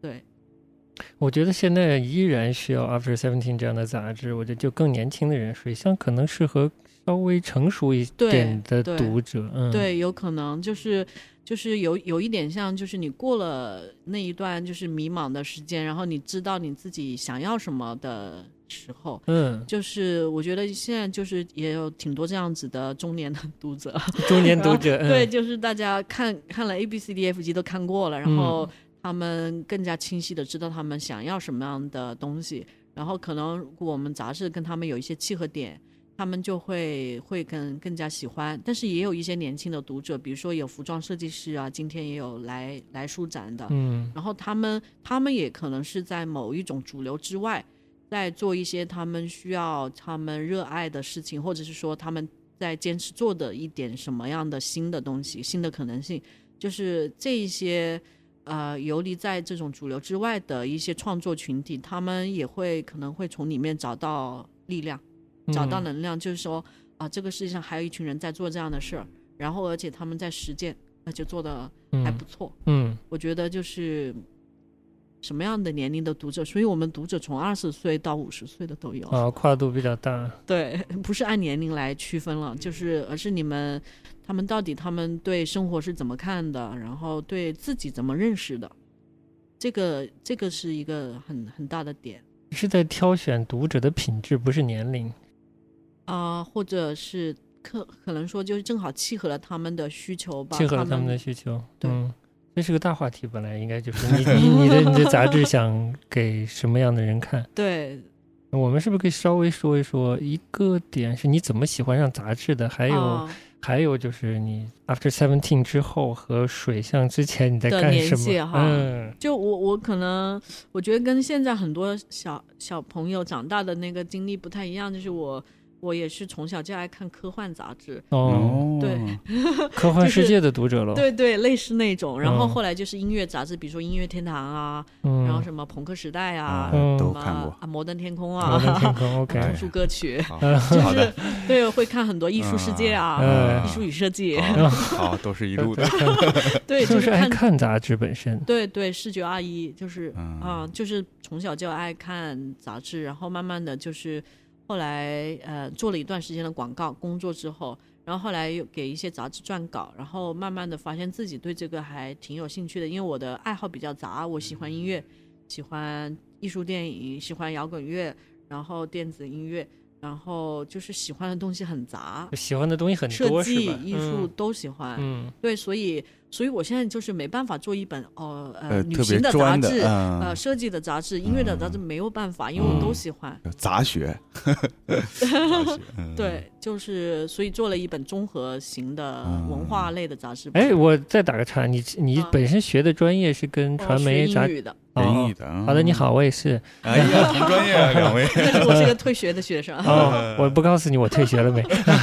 Speaker 3: 对，
Speaker 2: 我觉得现在依然需要 After Seventeen 这样的杂志，我觉得就更年轻的人，水象可能适合稍微成熟一
Speaker 3: 对
Speaker 2: 点的
Speaker 3: 对
Speaker 2: 读者，嗯，，
Speaker 3: 对，有可能就是就是有有一点像，就是你过了那一段就是迷茫的时间，然后你知道你自己想要什么的时候，
Speaker 2: 嗯，
Speaker 3: 就是我觉得现在就是也有挺多这样子的中年的读者，
Speaker 2: 中年读者，嗯、
Speaker 3: 对，就是大家看看了 A B C D E F G 都看过了，然后他们更加清晰的知道他们想要什么样的东西，然后可能如果我们杂志跟他们有一些契合点，他们就会会更更加喜欢。但是也有一些年轻的读者，比如说有服装设计师啊，今天也有来来书展的，
Speaker 2: 嗯，
Speaker 3: 然后他们他们也可能是在某一种主流之外，在做一些他们需要、他们热爱的事情，或者是说他们在坚持做的一点什么样的新的东西、新的可能性，就是这一些。呃，游离在这种主流之外的一些创作群体，他们也会可能会从里面找到力量。
Speaker 2: 嗯
Speaker 3: 找到，能量，就是说啊，这个世界上还有一群人在做这样的事儿，然后而且他们在实践，而且做的还
Speaker 2: 嗯
Speaker 3: 不错。
Speaker 2: 嗯
Speaker 3: 我觉得就是什么样的年龄的读者，所以我们读者从二十岁到五十岁的都有。
Speaker 2: 啊，跨度比较大，
Speaker 3: 对， 不是按年龄来区分了，就是而是你们他们到底他们对生活是怎么看的，然后对自己怎么认识的，这个这个是一个很很大的点。
Speaker 2: 是在挑选读者的品质，不是年龄，
Speaker 3: 啊、或者是可可能说就是正好契合了他们的需求吧，
Speaker 2: 契合了
Speaker 3: 他
Speaker 2: 他们的需求，
Speaker 3: 对
Speaker 2: 嗯。这是个大话题，本来应该 就是你你你的你的杂志想给什么样的人看？
Speaker 3: 对，
Speaker 2: 我们是不是可以稍微说一说？一个点是你怎么喜欢上杂志的，还有、
Speaker 3: 啊
Speaker 2: 还有就是你 After Seventeen 之后和水象之前你在
Speaker 3: 的
Speaker 2: 干
Speaker 3: 联
Speaker 2: 什
Speaker 3: 系
Speaker 2: 么？
Speaker 3: 哈
Speaker 2: 嗯
Speaker 3: 就我我可能我觉得跟现在很多小小朋友长大的那个经历不太一样，就是我我也是从小就爱看科幻杂志，
Speaker 2: 哦，
Speaker 1: 哦，
Speaker 3: 对，
Speaker 2: 科幻
Speaker 3: 就是
Speaker 2: 世界的读者喽。
Speaker 3: 对对，类似那种，然后
Speaker 2: 哦嗯
Speaker 3: 后来就是音乐杂志，比如说音乐天堂啊，
Speaker 2: 嗯，
Speaker 3: 然后什么朋克时代啊，
Speaker 2: 嗯
Speaker 1: 啊
Speaker 3: 什
Speaker 1: 都
Speaker 3: 么
Speaker 1: 看过。
Speaker 3: 啊摩登天空
Speaker 2: 摩登天
Speaker 3: 啊，
Speaker 2: 空
Speaker 3: 通
Speaker 2: ，OK，
Speaker 3: 俗 歌曲，
Speaker 4: 好
Speaker 2: 嗯
Speaker 3: 就
Speaker 4: 好
Speaker 3: 是
Speaker 4: 的
Speaker 3: 对会看很多艺术世界啊，
Speaker 2: 嗯
Speaker 3: 艺术与设计，
Speaker 4: 好
Speaker 1: 啊
Speaker 4: 好，都是一路的
Speaker 3: 对，
Speaker 2: 是
Speaker 3: 就
Speaker 2: 不
Speaker 3: 是
Speaker 2: 是爱
Speaker 3: 看
Speaker 2: 看杂志本身？
Speaker 3: 对对，视觉二一就是
Speaker 1: 嗯
Speaker 3: 啊、就是从小就爱看杂志，然后慢慢的就是后来呃做了一段时间的广告工作之后，然后后来又给一些杂志撰稿，然后慢慢的发现自己对这个还挺有兴趣的，因为我的爱好比较杂，我喜欢音
Speaker 2: 嗯
Speaker 3: 乐，喜欢艺术电影，喜欢摇滚乐，然后电子音乐，然后就是喜欢的东西很杂，
Speaker 2: 喜欢的东西很
Speaker 3: 设
Speaker 2: 多，是
Speaker 3: 计、
Speaker 2: 吧？
Speaker 3: 艺术都喜欢。
Speaker 2: 嗯，
Speaker 3: 对，所以所以我现在就是没办法做一本哦呃
Speaker 4: 呃
Speaker 3: 旅
Speaker 4: 特别
Speaker 3: 行的杂
Speaker 4: 专的
Speaker 3: 志，
Speaker 4: 嗯
Speaker 3: 呃设计的杂志、音乐的杂志没有办法，因为我都喜欢。
Speaker 4: 杂学，杂学嗯
Speaker 3: 对，就是所以做了一本综合型的
Speaker 4: 嗯
Speaker 3: 文化类的杂志。
Speaker 2: 哎，我再打个岔，你你
Speaker 3: 啊
Speaker 2: 本身学的专业是跟
Speaker 3: 呃
Speaker 2: 传媒
Speaker 3: 学
Speaker 2: 杂
Speaker 3: 英语的，
Speaker 1: 英
Speaker 2: 哦
Speaker 1: 语。的。
Speaker 2: 好的，你好，我也是。
Speaker 4: 哎呀，同专业啊， 两位
Speaker 3: 但是我是个退学的学 生。
Speaker 2: 哦，我不告诉你我退学了没。
Speaker 3: 啊，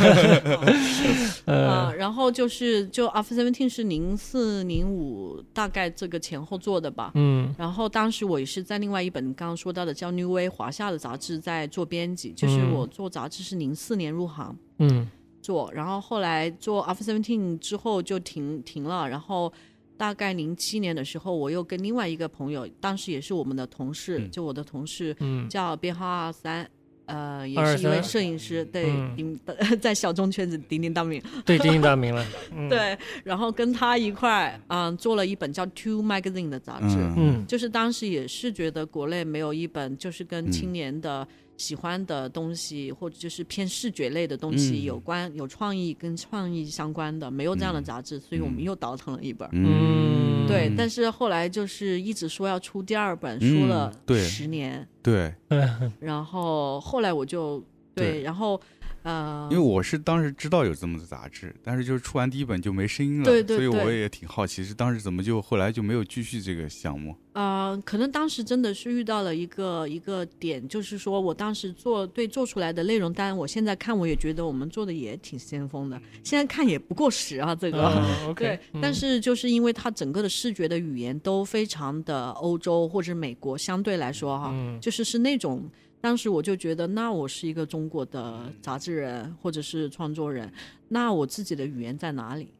Speaker 2: 呃，
Speaker 3: 然后就是就 After Seventeen 是零四零五大概这个前后做的吧。
Speaker 2: 嗯
Speaker 3: 然后当时我也是在另外一本刚刚说到的叫 New Way 华夏的杂志在做编辑，就是
Speaker 2: 嗯
Speaker 3: 我做杂志是零四年入行，
Speaker 2: 嗯
Speaker 3: 做，然后后来做 After Seventeen 之后就停停了，然后大概零七年的时候，我又跟另外一个朋友，当时也是我们的同事，
Speaker 4: 嗯
Speaker 3: 就我的同事
Speaker 2: 嗯，
Speaker 3: 叫编号二三。呃，也
Speaker 2: 223
Speaker 3: 是一位摄影师，对，
Speaker 2: 嗯
Speaker 3: 鼎 在小众圈子鼎鼎大名。
Speaker 2: 对，鼎鼎大名了。 嗯，
Speaker 3: 对，然后跟他一块儿，嗯、做了一本叫《Two Magazine》的杂志，
Speaker 2: 嗯
Speaker 3: 就是当时也是觉得国内没有一本就是
Speaker 1: 嗯
Speaker 3: 跟青年的喜欢的东西，或者就是偏视觉类的东西
Speaker 1: 嗯
Speaker 3: 有关、有创意跟创意相关的，没有这样的
Speaker 1: 嗯
Speaker 3: 杂志，所以我们又倒腾了一本。
Speaker 2: 嗯
Speaker 3: 对，但
Speaker 1: 是
Speaker 3: 是后来就是一直说要出第二本，
Speaker 1: 嗯
Speaker 3: 说了
Speaker 1: 对
Speaker 3: 十年，
Speaker 1: 对，
Speaker 2: 嗯
Speaker 3: 然后后来我就对，
Speaker 1: 对
Speaker 3: 然后呃
Speaker 1: 因为，我是当时知道有这么个杂志，但是就是出完第一本就没声音了，
Speaker 3: 对对
Speaker 1: 所以我
Speaker 3: 对
Speaker 1: 也挺好奇，是当时怎么就后来就没有继续这个项目？
Speaker 3: 呃，可能当时真的是遇到了一个一个点，就是说我当时做对做出来的内容，当然我现在看我也觉得我们做的也挺先锋的， 现在看也不过时啊，这个。
Speaker 2: 哦
Speaker 3: 对
Speaker 2: ，OK。，
Speaker 3: 但是就是因为它整个的视觉的语言都非常的欧洲或者美国，相对来说哈，
Speaker 2: 嗯
Speaker 3: 就是是那种，当时我就觉得，那我是一个中国的杂志人或者是创作人，那我自己的语言在哪里？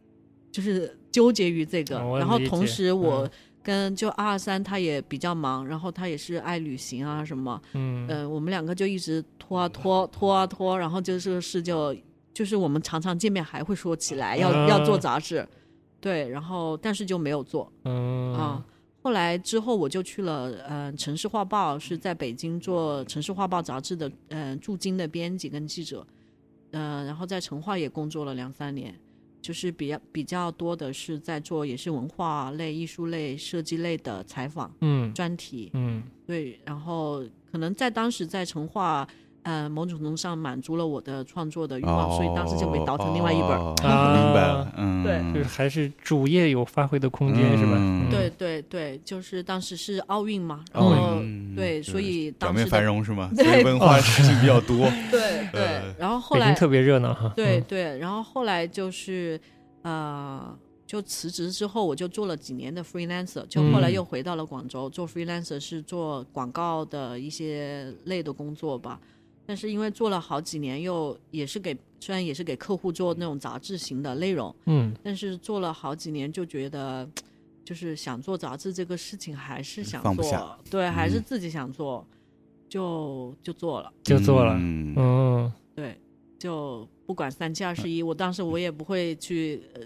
Speaker 3: 就是纠结于这个，
Speaker 2: 哦我
Speaker 3: 然后
Speaker 2: 理
Speaker 3: 同
Speaker 2: 解
Speaker 3: 时
Speaker 2: 嗯
Speaker 3: 我跟就二二三他也比较忙，然后他也是爱旅行啊什么，呃
Speaker 2: 嗯
Speaker 3: 呃，我们两个就一直拖啊拖拖啊拖，然后这个事就就是我们常常见面还会说起来要、
Speaker 2: 啊
Speaker 3: 要做杂志，对，然后但是就没有做
Speaker 2: 嗯
Speaker 3: 啊。后来之后我就去了，呃，城市画报是在北京做城市画报杂志的，呃，驻京的编辑跟记者，呃，然后在城画也工作了两三年，就是比较比较多的是在做也是文化类、艺术类、设计类的采访
Speaker 2: 嗯
Speaker 3: 专题，
Speaker 2: 嗯
Speaker 3: 对，然后可能在当时在成化，呃，某种程度上满足了我的创作的欲望，
Speaker 1: 哦
Speaker 3: 所以当时就被倒腾另外一本儿。
Speaker 4: 哦
Speaker 2: 啊
Speaker 4: 明白了，嗯，
Speaker 3: 对
Speaker 2: 就是还是主业有发挥的空间是吧？
Speaker 4: 嗯
Speaker 3: 对对对，就是当时是奥运嘛，然
Speaker 2: 奥运
Speaker 3: 后
Speaker 1: 嗯
Speaker 3: 对，
Speaker 4: 就是
Speaker 3: 所以
Speaker 4: 表
Speaker 3: 当时
Speaker 4: 面
Speaker 3: 的
Speaker 4: 繁荣是吗？
Speaker 3: 对
Speaker 4: 所以文
Speaker 2: 哦
Speaker 4: 化事情比较多，
Speaker 3: 对
Speaker 4: 呃
Speaker 3: 对，然后后
Speaker 2: 北京
Speaker 3: 来
Speaker 2: 特别热闹哈。
Speaker 4: 嗯
Speaker 3: 对对，然后后来就是呃，就辞职之后，我就做了几年的 freelancer，就后来
Speaker 2: 嗯
Speaker 3: 又回到了广州、做 freelancer，是做广告的一些类的工作吧。但是因为做了好几年，又也是给虽然也是给客户做那种杂志型的内容，
Speaker 2: 嗯，
Speaker 3: 但是做了好几年就觉得，就是想做杂志这个事情还是想
Speaker 4: 嗯放不下
Speaker 3: 做，对，还是
Speaker 4: 嗯
Speaker 3: 自己想做，就就做了。
Speaker 2: 就做了。
Speaker 4: 嗯
Speaker 2: 嗯
Speaker 3: 对，就不管三七二十一，我当时我也不会去呃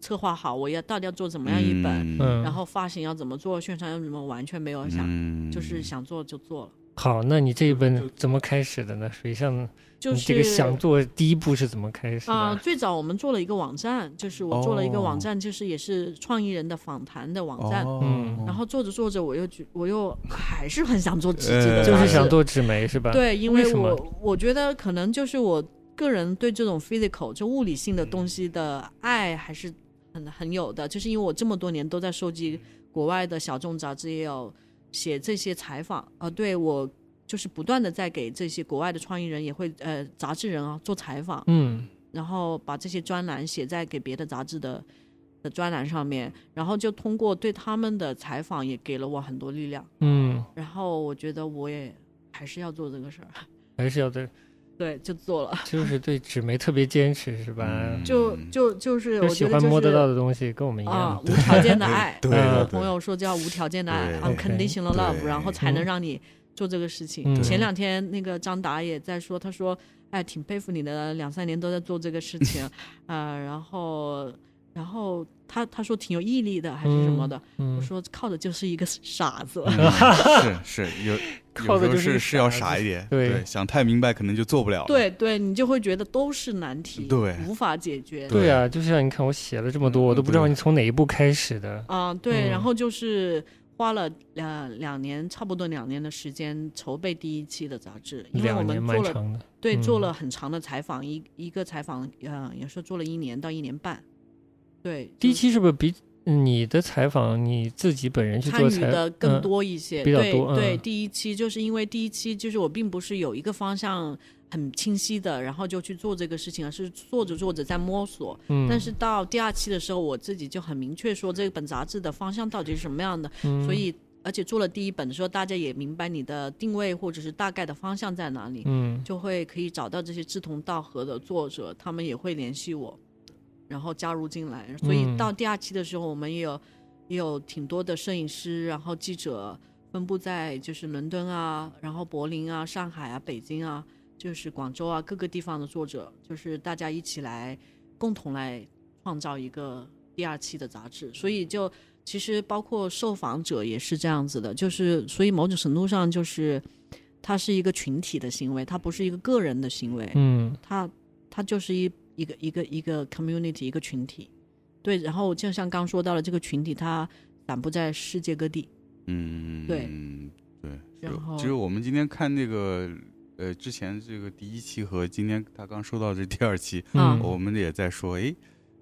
Speaker 3: 策划好，我要到底要做怎么样一本，
Speaker 2: 嗯，
Speaker 3: 然后发行要怎么做，宣传要怎么，完全没有想，
Speaker 4: 嗯
Speaker 3: 就是想做就做了，
Speaker 2: 好，那你这一本怎么开始的呢？水上，
Speaker 3: 就
Speaker 2: 你
Speaker 3: 是
Speaker 2: 这个想做第一步是怎么开始
Speaker 3: 啊、
Speaker 2: 的？
Speaker 3: 最早我们做了一个网站，就是我做了一个
Speaker 4: 哦
Speaker 3: 网站，就是也是创意人的访谈的网站。
Speaker 4: 哦
Speaker 2: 嗯
Speaker 3: 然后做着做着，我又觉我又还是很想做纸质
Speaker 4: 呃
Speaker 3: 的杂志，
Speaker 2: 就是想做纸媒是吧？，
Speaker 3: 对，因
Speaker 2: 为
Speaker 3: 为
Speaker 2: 什么
Speaker 3: 我我觉得可能就是我个人对这种 physical 就物理性的东西的爱还是很很有的，就是因为我这么多年都在收集国外的小众杂志，也有写这些采访啊、呃对我就是不断的在给这些国外的创意人也会呃杂志人啊做采访，
Speaker 2: 嗯
Speaker 3: 然后把这些专栏写在给别的杂志的。的专栏上面，然后就通过对他们的采访，也给了我很多力量。
Speaker 2: 嗯，
Speaker 3: 然后我觉得我也还是要做这个事儿，
Speaker 2: 还是要对，
Speaker 3: 对，就做了。
Speaker 2: 就是对纸媒特别坚持是吧？
Speaker 4: 嗯
Speaker 3: 就就就是
Speaker 2: 就
Speaker 3: 我
Speaker 2: 喜
Speaker 3: 觉得
Speaker 2: 欢
Speaker 3: 就是
Speaker 2: 摸得到的东西，跟我们一
Speaker 3: 啊，
Speaker 2: 样。
Speaker 3: 无条件的爱。
Speaker 4: 对
Speaker 2: 嗯
Speaker 4: 的，
Speaker 3: 我
Speaker 4: 对
Speaker 3: 朋友说叫无条件的爱啊
Speaker 4: 对
Speaker 3: ，unconditional love，
Speaker 4: 对
Speaker 3: 然后才能让你做这个事情。
Speaker 2: 嗯
Speaker 3: 前两天那个张达也在说，他说哎，挺佩服你的，两三年都在做这 个事情，啊，然后然后他他说挺有毅力的，还是什么的。
Speaker 2: 嗯
Speaker 3: 我，说靠的就是一个 傻子。
Speaker 4: 嗯是是有
Speaker 2: 靠的
Speaker 4: 有时候
Speaker 2: 就是
Speaker 4: 是是要
Speaker 2: 傻
Speaker 4: 傻
Speaker 2: 子
Speaker 4: 一点，
Speaker 2: 对
Speaker 4: 对，想太明白可能就做不了了，
Speaker 3: 对对，你就会觉得都是难题，
Speaker 4: 对
Speaker 3: 无法解决。
Speaker 4: 对嗯
Speaker 2: 对啊，就像你看，我写了这么多，我都不知道你从哪一步开始的。
Speaker 3: 啊、对，
Speaker 2: 嗯
Speaker 3: 然后就是花了两两年，差不多两年的时间筹备第一期的杂志，因为我
Speaker 2: 两年
Speaker 3: 们
Speaker 2: 蛮
Speaker 3: 做了
Speaker 2: 长的，
Speaker 3: 对
Speaker 2: 嗯
Speaker 3: 做了很长的采访，一一个采访，嗯、也是做了一年到一年半。对，
Speaker 2: 第一
Speaker 3: 就
Speaker 2: 期是不是比你的采访你自己本人去
Speaker 3: 参
Speaker 2: 做
Speaker 3: 与
Speaker 2: 采
Speaker 3: 的
Speaker 2: 嗯
Speaker 3: 更多一些，
Speaker 2: 比较多
Speaker 3: 对对，
Speaker 2: 嗯
Speaker 3: 第一期就是因为第一期就是我并不是有一个方向很清晰的，然后就去做这个事情，而是做着做着在摸索。
Speaker 2: 嗯，
Speaker 3: 但是到第二期的时候，我自己就很明确说这本杂志的方向到底是什么样的，
Speaker 2: 嗯
Speaker 3: 所以而且做了第一本的时候，大家也明白你的定位或者是大概的方向在哪里，
Speaker 2: 嗯
Speaker 3: 就会可以找到这些志同道合的作者，他们也会联系我，然后加入进来。所以
Speaker 2: 嗯
Speaker 3: 到第二期的时候，我们也有也有挺多的摄影师，然后记者分布在就是伦敦啊，然后柏林啊、上海啊、北京啊，就是广州啊各个地方的作者，就是大家一起来共同来创造一个第二期的杂志，所以就其实包括受访者也是这样子的，就是所以某种程度上就是它是一个群体的行为，它不是一个个人的行为，
Speaker 2: 嗯
Speaker 3: 它它就是一一个一个一个 community 一个群体，对，然后就像刚说到了这个群体，它散布在世界各地，
Speaker 1: 嗯，
Speaker 3: 对
Speaker 1: 对。
Speaker 3: 然
Speaker 1: 就
Speaker 3: 后
Speaker 1: 其实我们今天看那个，呃，之前这个第一期和今天他刚说到这第二期，
Speaker 3: 啊
Speaker 2: 嗯
Speaker 1: 我们也在说，诶，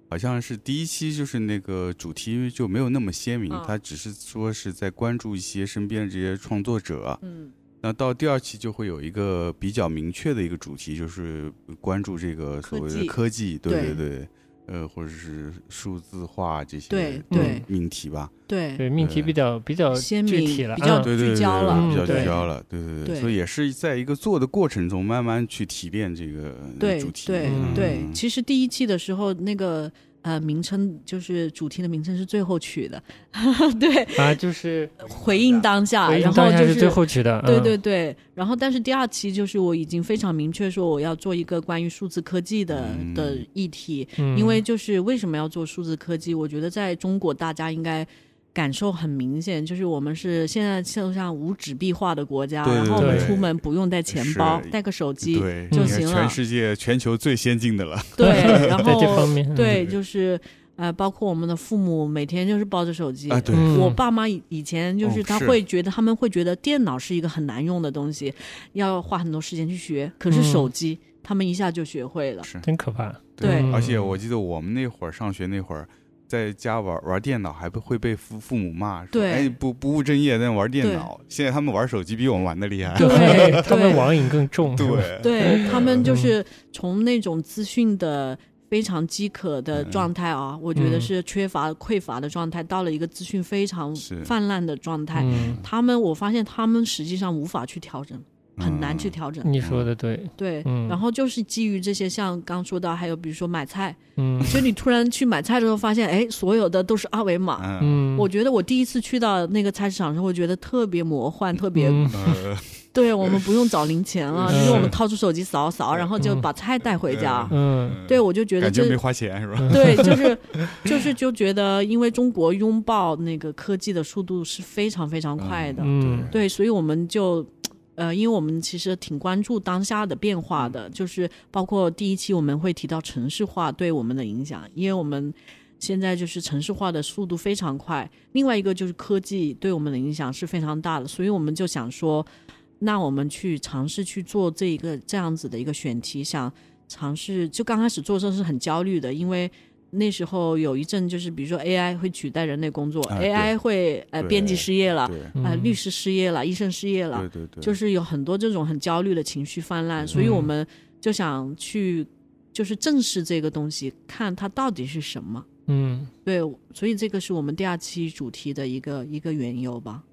Speaker 1: 好像是第一期就是那个主题就没有那么鲜明
Speaker 3: 嗯，
Speaker 1: 他只是说是在关注一些身边的这些创作者。
Speaker 3: 嗯
Speaker 1: 那到第二期就会有一个比较明确的一个主题，就是关注这个所谓
Speaker 3: 科
Speaker 1: 的
Speaker 3: 技
Speaker 1: 科技，对
Speaker 3: 对
Speaker 1: 对对，呃，或者是数字化这些
Speaker 3: 对
Speaker 1: 嗯
Speaker 3: 对
Speaker 1: 命题吧。啊
Speaker 3: 对
Speaker 2: 对命题比较比较
Speaker 3: 鲜
Speaker 2: 具
Speaker 3: 明
Speaker 2: 体了，
Speaker 3: 比较
Speaker 2: 嗯
Speaker 1: 对对对
Speaker 3: 聚焦了
Speaker 1: 对比较
Speaker 2: 嗯
Speaker 1: 聚
Speaker 2: 对
Speaker 1: 焦了，对对
Speaker 3: 对
Speaker 1: 所以也是在一个做的过程中，慢慢去提炼这个呃
Speaker 3: 对
Speaker 1: 主题。
Speaker 3: 对
Speaker 1: 嗯
Speaker 3: 对，其实第一期的时候，那个呃名称就是主题的名称是最后取的， 对，
Speaker 2: 啊，就是
Speaker 3: 回应当下，
Speaker 2: 回应
Speaker 3: 然
Speaker 2: 当
Speaker 3: 后
Speaker 2: 下
Speaker 3: 就是
Speaker 2: 最后取的，
Speaker 3: 对
Speaker 2: 嗯
Speaker 3: 对对，然后但是第二期就是我已经非常明确说我要做一个关于数字科技的、的
Speaker 4: 嗯
Speaker 3: 议题，
Speaker 2: 嗯
Speaker 3: 因为就是为什么要做数字科技？我觉得在中国大家应该感受很明显，就是我们是现在就像无纸币化的国家，
Speaker 4: 对
Speaker 3: 然后我们
Speaker 2: 对
Speaker 3: 出门不用带钱
Speaker 4: 是
Speaker 3: 包，带个手机，
Speaker 4: 对，
Speaker 2: 就
Speaker 4: 应该
Speaker 3: 行了
Speaker 4: 全世界全球最先进的了，
Speaker 3: 对，然
Speaker 2: 在这方
Speaker 3: 后
Speaker 2: 面，嗯
Speaker 3: 对就是呃，包括我们的父母每天就是抱着手机，
Speaker 4: 啊，对，
Speaker 2: 嗯，
Speaker 3: 我
Speaker 2: 嗯
Speaker 3: 爸妈以以前就
Speaker 4: 哦
Speaker 3: 是他
Speaker 4: 是
Speaker 3: 会觉得、他们会觉得电脑是一个很难用的东西，要花很多时间去学。可是
Speaker 2: 嗯
Speaker 3: 手机、他们一下就学会了。
Speaker 4: 是
Speaker 2: 真可怕，
Speaker 3: 对
Speaker 2: 嗯
Speaker 4: 而且我记得我们那会儿上学那会儿，在家玩玩电脑还不会被父父母骂，说
Speaker 3: 对
Speaker 4: 哎不不务正业，在那玩电脑。现在他们玩手机比我们玩的厉害，
Speaker 3: 对
Speaker 2: 他们网瘾更重，是吧，
Speaker 4: 对，
Speaker 3: 对他们就是从那种资讯的非常饥渴的状态啊，我觉得
Speaker 2: 嗯
Speaker 3: 是缺乏匮乏的状态，到了一个资讯非常
Speaker 4: 是
Speaker 3: 泛滥的状态。
Speaker 2: 嗯，
Speaker 3: 他们，我发现他们实际上无法去调整，很难去
Speaker 4: 嗯
Speaker 3: 调整。
Speaker 2: 你说的对，
Speaker 3: 对，
Speaker 2: 嗯
Speaker 3: 然后就是基于这些，像刚说到，还有比如说买菜，
Speaker 2: 嗯
Speaker 3: 所以你突然去买菜的时候，发现哎，所有的都是二维码。
Speaker 4: 嗯，
Speaker 2: 嗯，
Speaker 3: 我觉得我第一次去到那个菜市场的时候，我觉得特别魔幻，特别、
Speaker 2: 嗯
Speaker 4: 呃
Speaker 3: 对我们不用找零钱了，
Speaker 2: 嗯
Speaker 3: 就是我们掏出手机扫扫，然后就把菜带回家。
Speaker 2: 嗯
Speaker 3: 对，我就觉得
Speaker 4: 感觉没
Speaker 3: 这
Speaker 4: 花钱是吧？ 嗯
Speaker 3: 对，就是就是就觉得，因为中国拥抱那个科技的速度是非常非常快的，
Speaker 2: 嗯
Speaker 3: 对，所以我们就，呃，因为我们其实挺关注当下的变化的，就是包括第一期我们会提到城市化对我们的影响，因为我们现在就是城市化的速度非常快，另外一个就是科技对我们的影响是非常大的，所以我们就想说，那我们去尝试去做这一个这样子的一个选题，想尝试就刚开始做的时候是很焦虑的，因为。那时候有一阵就是，比如说 AI 会取代人类工作、
Speaker 4: 啊
Speaker 3: a
Speaker 4: 对
Speaker 3: i 会呃
Speaker 1: 对
Speaker 3: 编辑失业了，
Speaker 1: 对
Speaker 3: 啊、律
Speaker 2: 师，
Speaker 3: 师失业了，医生失业了
Speaker 1: 嗯对，对对，
Speaker 3: 就是是有很多这种很焦虑的情绪泛滥，所以我
Speaker 2: 嗯
Speaker 3: 们就想去就是正视这个东西，看它到底是什么。
Speaker 2: 嗯，
Speaker 3: 对，所以这个是我们第二期主题的一个一个缘由吧。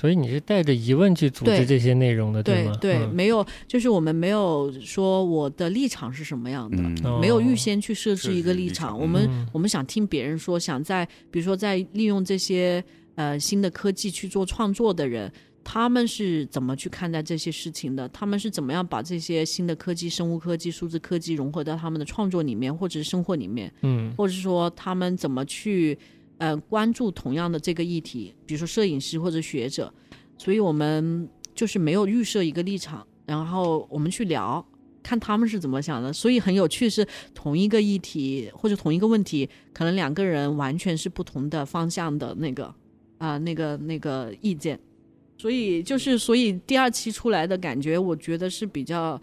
Speaker 2: 所以你是带着疑问去组织
Speaker 3: 对
Speaker 2: 这些内容的，
Speaker 3: 对
Speaker 2: 吗？
Speaker 3: 对，
Speaker 2: 嗯
Speaker 3: 没有，就是我们没有说我的立场是什么样的，
Speaker 4: 嗯
Speaker 2: 哦
Speaker 3: 没有预先去设
Speaker 4: 设
Speaker 3: 置一个
Speaker 4: 置
Speaker 3: 立
Speaker 4: 立
Speaker 3: 场。
Speaker 4: 场
Speaker 3: 我们、
Speaker 2: 嗯
Speaker 3: 我们想听别人说，想在比如说在利用这些呃新的科技去做创作的人，他们是怎么去看待这些事情的？他们是怎么样把这些新的科技、生物科技、数字科技融合到他们的创作里面，或者是生活里面，
Speaker 2: 嗯
Speaker 3: 或者是说他们怎么去呃关注同样的这个议题，比如说摄影师或者学者。所以我们就是没有预设一个立场，然后我们去聊，看他们是怎么想的。所以很有趣是，同一个议题或者同一个问题，可能两个人完全是不同的方向的那个啊、那个那个意见。所以就是，所以第二期出来的感觉，我觉得是比较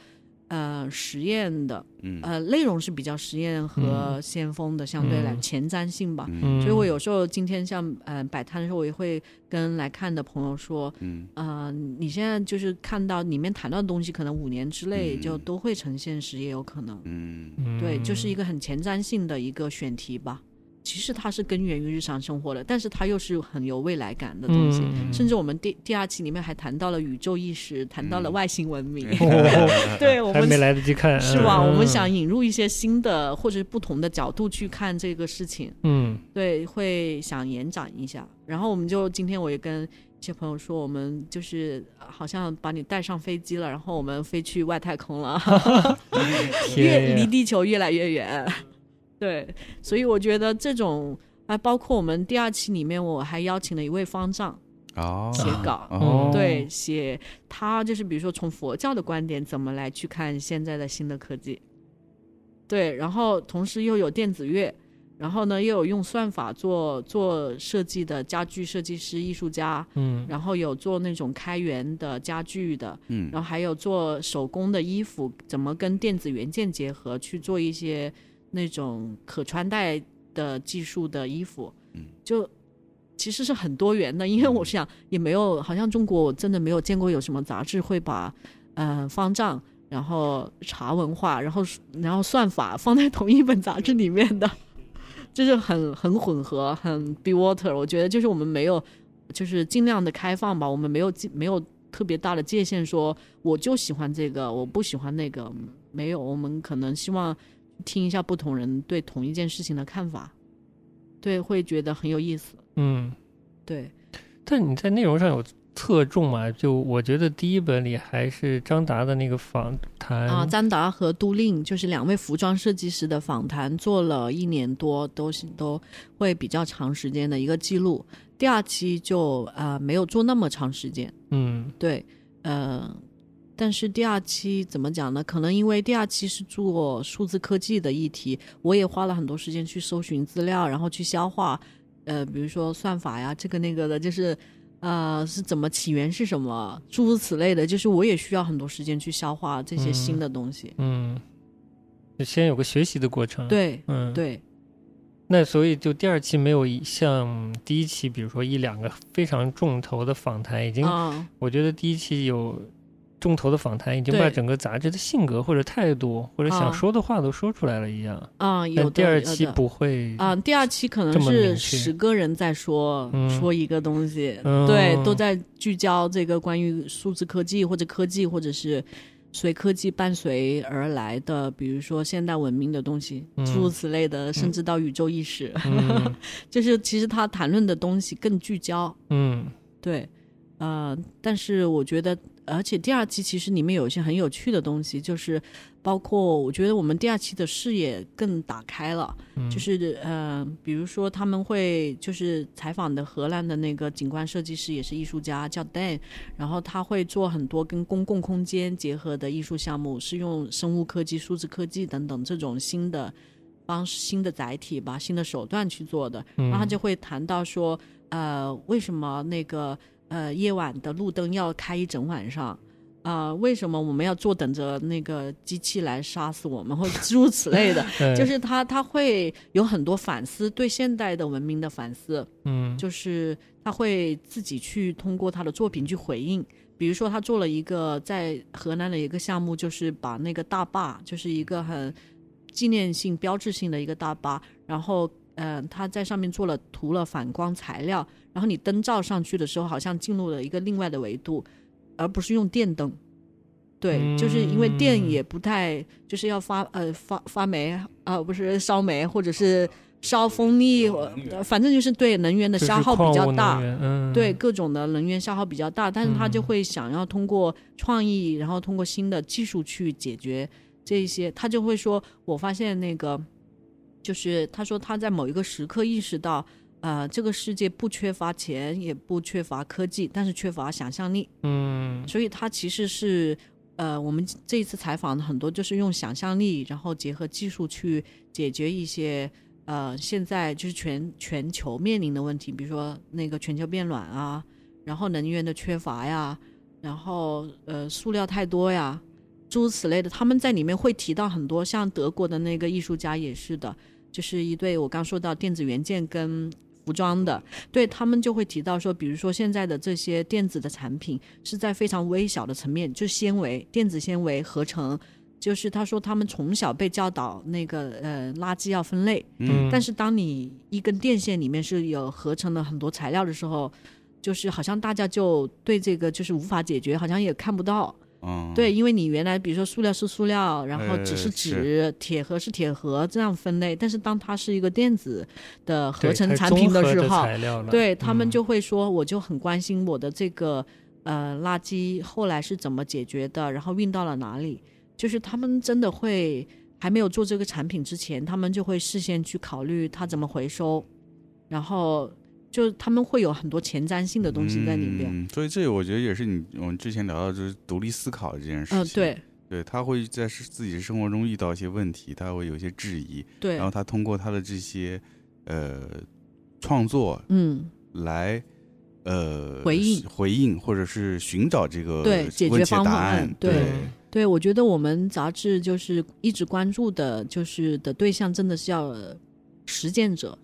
Speaker 3: 呃实验的，
Speaker 4: 嗯
Speaker 3: 呃内容是比较实验和先锋的，相对来
Speaker 2: 嗯
Speaker 3: 前瞻性吧。
Speaker 4: 嗯
Speaker 2: 嗯，
Speaker 3: 所以我有时候今天像呃摆摊的时候，我也会跟来看的朋友说，
Speaker 4: 嗯
Speaker 3: 呃，你现在就是看到里面谈到的东西，可能五年之内就
Speaker 4: 嗯
Speaker 3: 都会成现实，也有可能。
Speaker 4: 嗯
Speaker 2: 嗯
Speaker 3: 对，就是一个很前瞻性的一个选题吧。其实它是根源于日常生活的，但是它又是很有未来感的东西。
Speaker 2: 嗯
Speaker 3: 甚至我们第第二期里面还谈到了宇宙意识，谈到了
Speaker 4: 嗯
Speaker 3: 外星文明。
Speaker 2: 哦
Speaker 3: 对我
Speaker 2: 还
Speaker 3: 们
Speaker 2: 没来得及看，
Speaker 3: 是吧？
Speaker 2: 嗯
Speaker 3: 我们想，引入一些新的或者不同的角度去看这个事情。
Speaker 2: 嗯
Speaker 3: 对，会想延展一下。然后我们就今天我也跟一些朋友说，我们就是呃好像把你带上飞机了，然后我们飞去外太空了，越
Speaker 2: 天
Speaker 3: 离
Speaker 2: 呀
Speaker 3: 地球越来越远。对，所以我觉得这种啊，包括我们第二期里面，我还邀请了一位方丈
Speaker 4: 哦
Speaker 3: 写稿。
Speaker 2: 嗯
Speaker 4: 哦，
Speaker 3: 对，写他就是比如说从佛教的观点怎么来去看现在的新的科技，对，然后同时又有电子乐，然后呢又有用算法做做设计的家具设计师、艺术家，
Speaker 2: 嗯
Speaker 3: 然后有做那种开源的家具的，
Speaker 4: 嗯
Speaker 3: 然后还有做手工的衣服，怎么跟电子元件结合去做一些那种可穿戴的技术的衣服，
Speaker 4: 嗯
Speaker 3: 就其实是很多元的。因为我是想，也没有，好像中国我真的没有见过有什么杂志会把，呃，方丈，然后茶文化，然后然后算法放在同一本杂志里面的， 就是很很混合，很 be water。我觉得就是我们没有，就是尽量的开放吧，我们没有没有特别大的界限说，我就喜欢这个，我不喜欢那个，没有，我们可能希望听一下不同人对同一件事情的看法，对，会觉得很有意思。
Speaker 2: 嗯，
Speaker 3: 对，
Speaker 2: 但你在内容上有侧重嘛？就我觉得第一本里还是张达的那个访谈
Speaker 3: 啊，张达和都令就是两位服装设计师的访谈，做了一年多，都是都会比较长时间的一个记录。第二期就啊、呃没有做那么长时间，
Speaker 2: 嗯
Speaker 3: 对，呃，但是第二期怎么讲呢？可能因为第二期是做数字科技的议题，我也花了很多时间去搜寻资料，然后去消化，呃，比如说算法呀，这个那个的，就是。呃，是怎么起源是什么，诸如此类的，就是我也需要很多时间去消化这些新的东西。
Speaker 2: 嗯，就先有个学习的过程。，
Speaker 3: 对
Speaker 2: 嗯，。
Speaker 3: 对，
Speaker 2: 那所以就第二期没有一像第一期，比如说一两个非常重头的访谈，已经、
Speaker 3: 啊，
Speaker 2: 我觉得第一期有重头的访谈，已经把
Speaker 3: 对
Speaker 2: 整个杂志的性格或者态度或者想
Speaker 3: 啊
Speaker 2: 说的话都说出来了一样。
Speaker 3: 啊，有
Speaker 2: 但
Speaker 3: 的
Speaker 2: 第二
Speaker 3: 有
Speaker 2: 期
Speaker 3: 的
Speaker 2: 不会
Speaker 3: 啊，第二期可
Speaker 2: 这
Speaker 3: 能
Speaker 2: 么明
Speaker 3: 是
Speaker 2: 确
Speaker 3: 十个人在说、
Speaker 2: 嗯
Speaker 3: 说一个东西，
Speaker 2: 嗯
Speaker 3: 对，都在聚焦这个关于数字科技或者科技，或者是随科技伴随而来的，比如说现代文明的东西，
Speaker 2: 嗯
Speaker 3: 诸如此类的，甚至到宇宙意识，
Speaker 2: 嗯
Speaker 3: 就是其实他谈论的东西更聚焦，
Speaker 2: 嗯
Speaker 3: 对，呃，但是我觉得，而且第二期其实里面有一些很有趣的东西，就是包括我觉得我们第二期的视野更打开了。
Speaker 2: 嗯，
Speaker 3: 就是呃，比如说他们会就是采访的荷兰的那个景观设计师也是艺术家，叫 Dan，然后他会做很多跟公共空间结合的艺术项目，是用生物科技、数字科技等等这种新的方式、新的载体吧、新的手段去做的。
Speaker 2: 嗯
Speaker 3: 然后他就会谈到说，呃，为什么那个呃夜晚的路灯要开一整晚上？啊、为什么我们要坐等着那个机器来杀死我们，或者诸如此类 的？
Speaker 2: 嗯
Speaker 3: 就是他他会有很多反思，对现代的文明的反思，
Speaker 2: 嗯
Speaker 3: 就是他会自己去通过他的作品去回应。比如说，他做了一个在河南的一个项目，就是把那个大坝，就是一个很纪念性、标志性的一个大坝，然后呃，他在上面做了涂了反光材料，然后你灯照上去的时候，好像进入了一个另外的维度，而不是用电灯。对，就是因为电
Speaker 2: 嗯
Speaker 3: 也不太，就是要发呃发发煤啊、不是烧煤或者是烧风力，呃反正就是对能源的
Speaker 2: 就是
Speaker 3: 消耗比
Speaker 2: 矿
Speaker 3: 较
Speaker 2: 物能
Speaker 3: 大。
Speaker 2: 源嗯，
Speaker 3: 对各种的能源消耗比较大，但是他就会想要通过创意，然后通过新的技术去解决这一些。他就会说，我发现那个，就是他说他在某一个时刻意识到，呃，这个世界不缺乏钱，也不缺乏科技，但是缺乏想象力。
Speaker 2: 嗯
Speaker 3: 所以他其实是，呃，我们这一次采访的很多就是用想象力，然后结合技术去解决一些呃现在就是全全球面临的问题，比如说那个全球变暖啊，然后能源的缺乏呀，然后呃塑料太多呀，诸如此类的。他们在里面会提到很多，像德国的那个艺术家也是的，就是一对我刚说到电子元件跟。服装的，对他们就会提到说，比如说现在的这些电子的产品，是在非常微小的层面，就纤维、电子纤维合成。就是他说他们从小被教导那个呃垃圾要分类，
Speaker 2: 嗯，
Speaker 3: 但是当你一根电线里面是有合成了很多材料的时候，就是好像大家就对这个就是无法解决，好像也看不到。
Speaker 4: 嗯，
Speaker 3: 对，因为你原来比如说塑料是塑料，然
Speaker 2: 哎
Speaker 3: 后纸是
Speaker 4: 呃
Speaker 3: 纸，铁盒是铁盒这样分类，但是当它是一个电子的合
Speaker 2: 对它
Speaker 3: 成
Speaker 2: 是
Speaker 3: 产
Speaker 2: 综
Speaker 3: 品的
Speaker 2: 合
Speaker 3: 时
Speaker 2: 的
Speaker 3: 候，
Speaker 2: 材料了
Speaker 3: 对他们
Speaker 2: 嗯
Speaker 3: 就会说，我就很关心我的这个呃垃圾后来是怎么解决的，然后运到了哪里。就是他们真的会还没有做这个产品之前，他们就会事先去考虑它怎么回收，然后就他们会有很多前瞻性的东西在里面。
Speaker 4: 嗯，所以这我觉得也是你我们之前聊到就是独立思考这件事情。
Speaker 3: 嗯，，对
Speaker 4: 对他会在是自己的生活中遇到一些问题，他会有一些质疑，
Speaker 3: 对
Speaker 4: 然，后他通过他的这些呃创作
Speaker 3: 嗯，
Speaker 4: 来呃
Speaker 3: 回应
Speaker 4: 回应或者是寻找这个
Speaker 3: 对解决
Speaker 4: 问题的
Speaker 3: 方
Speaker 4: 答
Speaker 3: 案
Speaker 4: 案。
Speaker 3: 对对，我觉得我们杂志就是一直关注的，就是的对象真的是要呃实践者，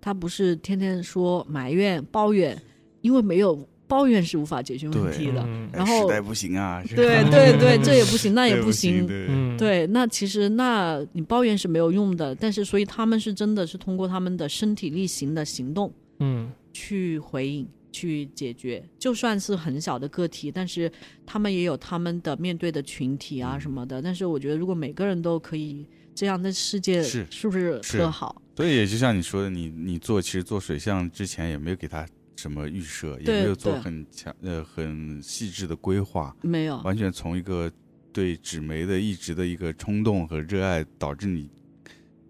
Speaker 3: 他不是天天说埋怨抱怨，因为没有抱怨是无法解决问
Speaker 4: 对
Speaker 3: 题的。
Speaker 2: 嗯
Speaker 4: 哎
Speaker 3: 然后
Speaker 4: 时代不行啊，是
Speaker 3: 对
Speaker 4: 吧
Speaker 3: 对对，这也不行，那也
Speaker 4: 对
Speaker 3: 不行。
Speaker 4: 对
Speaker 2: 嗯，
Speaker 3: 对，那其实那你抱怨是没有用的，但是所以他们是真的是通过他们的身体力行的行动
Speaker 2: 嗯
Speaker 3: 去回应、去解决。就算是很小的个体，但是他们也有他们的面对的群体啊什么的。但是我觉得，如果每个人都可以这样的世界
Speaker 4: 是
Speaker 3: 是不是
Speaker 4: 是
Speaker 3: 特好？
Speaker 4: 所以也就像你说的，你你做其实做水象之前也没有给他什么预设，也
Speaker 3: 对
Speaker 4: 没有做
Speaker 3: 对
Speaker 4: 很强呃很细致的规划，
Speaker 3: 没有，
Speaker 4: 完全从一个对纸媒的一直的一个冲动和热爱，导致你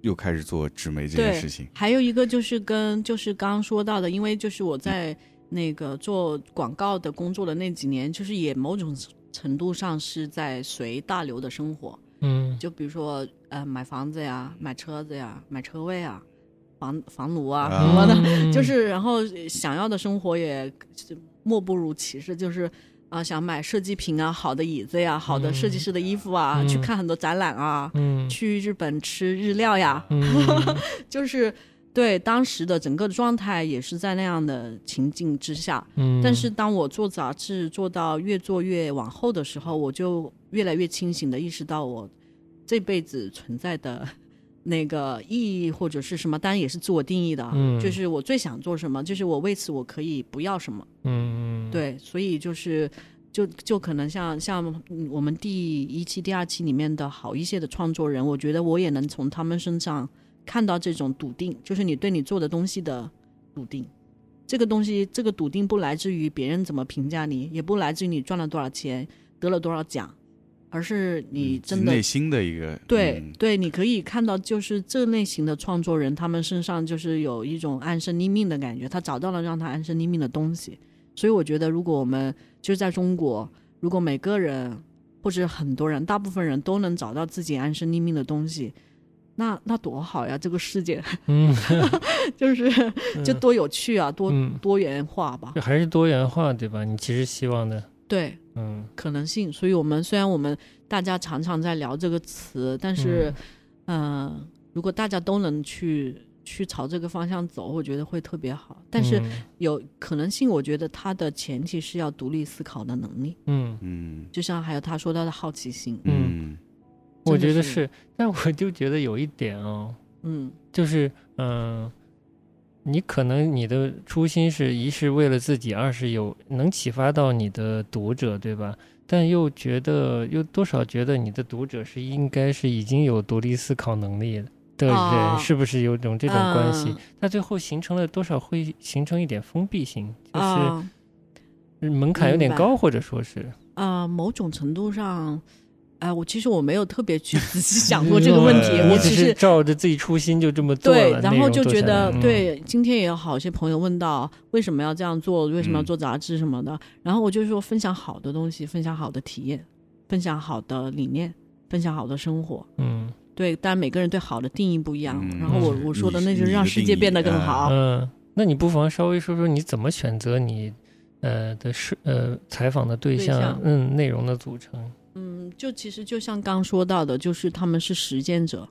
Speaker 4: 又开始做纸媒这件
Speaker 3: 对
Speaker 4: 事情。
Speaker 3: 还有一个就是跟就是刚刚说到的，因为就是我在那个做广告的工作的那几年，就是也某种程度上是在随大流的生活，
Speaker 2: 嗯
Speaker 3: 就比如说呃买房子呀、买车子呀、买车位啊、房房奴啊
Speaker 4: 啊
Speaker 3: 什么的，
Speaker 2: 嗯
Speaker 3: 就是然后想要的生活也莫不如其事，就是。啊，想买设计品啊，好的椅子呀，好的设计师的衣服啊，
Speaker 2: 嗯
Speaker 3: 去看很多展览啊，
Speaker 2: 嗯
Speaker 3: 去日本吃日料呀，
Speaker 2: 嗯
Speaker 3: 就是对当时的整个状态也是在那样的情境之下。
Speaker 2: 嗯，
Speaker 3: 但是当我做杂志做到越做越往后的时候，我就越来越清醒的意识到我这辈子存在的那个意义或者是什么，当然也是自我定义的啊，
Speaker 2: 嗯
Speaker 3: 就是我最想做什么，就是我为此我可以不要什么。
Speaker 2: 嗯，嗯，
Speaker 3: 对，所以就是。就就可能像像嗯我们第一期、第二期里面的好一些的创作人，我觉得我也能从他们身上看到这种笃定，就是你对你做的东西的笃定。这个东西，这个笃定不来自于别人怎么评价你，也不来自于你赚了多少钱、得了多少奖，而是你
Speaker 4: 嗯
Speaker 3: 真的
Speaker 4: 内心的一个
Speaker 3: 对、
Speaker 4: 嗯
Speaker 3: 对，你可以看到，就是这类型的创作人，他们身上就是有一种安身立命的感觉，他找到了让他安身立命的东西。所以我觉得，如果我们就是在中国，如果每个人或者很多人，大部分人都能找到自己安身立命的东西，那那多好呀！这个世界
Speaker 2: 嗯，
Speaker 3: 就是
Speaker 2: 嗯
Speaker 3: 就多有趣啊，多、
Speaker 2: 嗯，
Speaker 3: 多元化吧
Speaker 2: 就。还是多元化对吧？你其实希望的，
Speaker 3: 对，
Speaker 2: 嗯，
Speaker 3: 可能性。所以我们虽然我们大家常常在聊这个词，但是，嗯、如果大家都能去去朝这个方向走，我觉得会特别好。但是
Speaker 2: 嗯
Speaker 3: 有可能性，我觉得它的前提是要独立思考的能力，
Speaker 2: 嗯，嗯，
Speaker 4: 嗯
Speaker 3: 就像还有他说到的好奇心，
Speaker 4: 嗯
Speaker 2: 我
Speaker 3: 真的
Speaker 2: 觉得
Speaker 3: 是
Speaker 2: 是，但我就觉得有一点哦，
Speaker 3: 嗯
Speaker 2: 就是嗯、你可能你的初心是一是为了自己，二是有能启发到你的读者，对吧？但又觉得又多少觉得你的读者是应该是已经有独立思考能力的人，
Speaker 3: 哦
Speaker 2: 是不是有种这种关系
Speaker 3: 嗯？
Speaker 2: 他、最后形成了多少会形成一点封闭性，就
Speaker 3: 啊
Speaker 2: 是门槛有点
Speaker 3: 明白
Speaker 2: 高，或者说是
Speaker 3: 啊、某种程度上。哎，我其实我没有特别去仔细想过这个问题，
Speaker 2: 嗯
Speaker 3: 我
Speaker 2: 你只
Speaker 3: 是
Speaker 2: 是照着自己初心就这么做
Speaker 3: 对
Speaker 2: 了，，
Speaker 3: 然
Speaker 2: 内
Speaker 3: 后
Speaker 2: 容
Speaker 3: 就
Speaker 2: 做
Speaker 3: 觉
Speaker 2: 下
Speaker 3: 得
Speaker 2: 来，嗯
Speaker 3: 对，今天也有好些朋友问到为什么要这样做，为什么要
Speaker 4: 嗯
Speaker 3: 做杂志什么的，然后我就说分享好的东西，分享好的体验，分享好的理念，分享好的生活。
Speaker 2: 嗯
Speaker 3: 对，当然每个人对好的定义不一样。
Speaker 4: 嗯
Speaker 3: 然后我
Speaker 4: 是
Speaker 3: 我说的
Speaker 4: 你
Speaker 3: 那
Speaker 4: 是
Speaker 3: 就是
Speaker 4: 你
Speaker 3: 让
Speaker 4: 的
Speaker 3: 世
Speaker 4: 定
Speaker 3: 界
Speaker 4: 义
Speaker 3: 变得更
Speaker 4: 嗯
Speaker 3: 好。
Speaker 2: 嗯，那你不妨稍微说说你怎么选择你呃的是呃采访的对
Speaker 3: 对
Speaker 2: 象，
Speaker 3: 象
Speaker 2: 嗯，内容的组成，
Speaker 3: 嗯，就其实就像刚说到的，就是他们是实践者，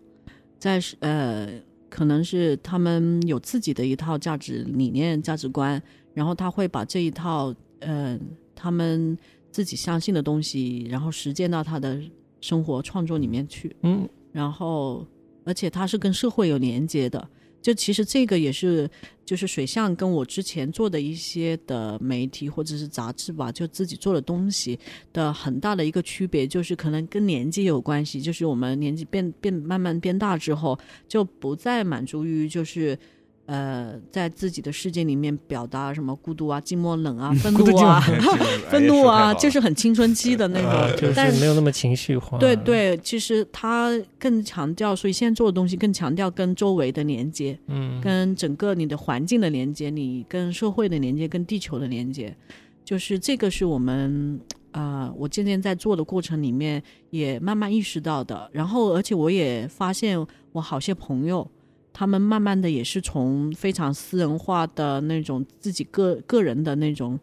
Speaker 3: 在实呃，可能是他们有自己的一套价值理念、价值观，然后他会把这一套呃他们自己相信的东西，然后实践到他的生活创作里面去。
Speaker 2: 嗯
Speaker 3: 然后而且它是跟社会有连接的。就其实这个也是，就是水象跟我之前做的一些的媒体或者是杂志吧，就自己做的东西的很大的一个区别，就是可能跟年纪有关系，就是我们年纪变变慢慢变大之后，就不再满足于就是。呃，在自己的世界里面表达什么孤独啊、寂寞冷 啊、愤
Speaker 2: 孤独
Speaker 3: 怒
Speaker 2: 寂哎
Speaker 3: 啊、 愤
Speaker 4: 愤哎
Speaker 3: 怒啊，就是很青春期的那种。
Speaker 2: 啊，就是
Speaker 3: 但
Speaker 2: 没有那么情绪化，
Speaker 3: 对，对，其实他更强调，所以现在做的东西更强调跟周围的连接，
Speaker 2: 嗯，
Speaker 3: 跟整个你的环境的连接，你跟社会的连接，跟地球的连接，就是这个是我们啊、呃我渐渐在做的过程里面也慢慢意识到的。然后，而且我也发现，我好些朋友，他们慢慢的也是从非常私人化的那种自己个个人的那种。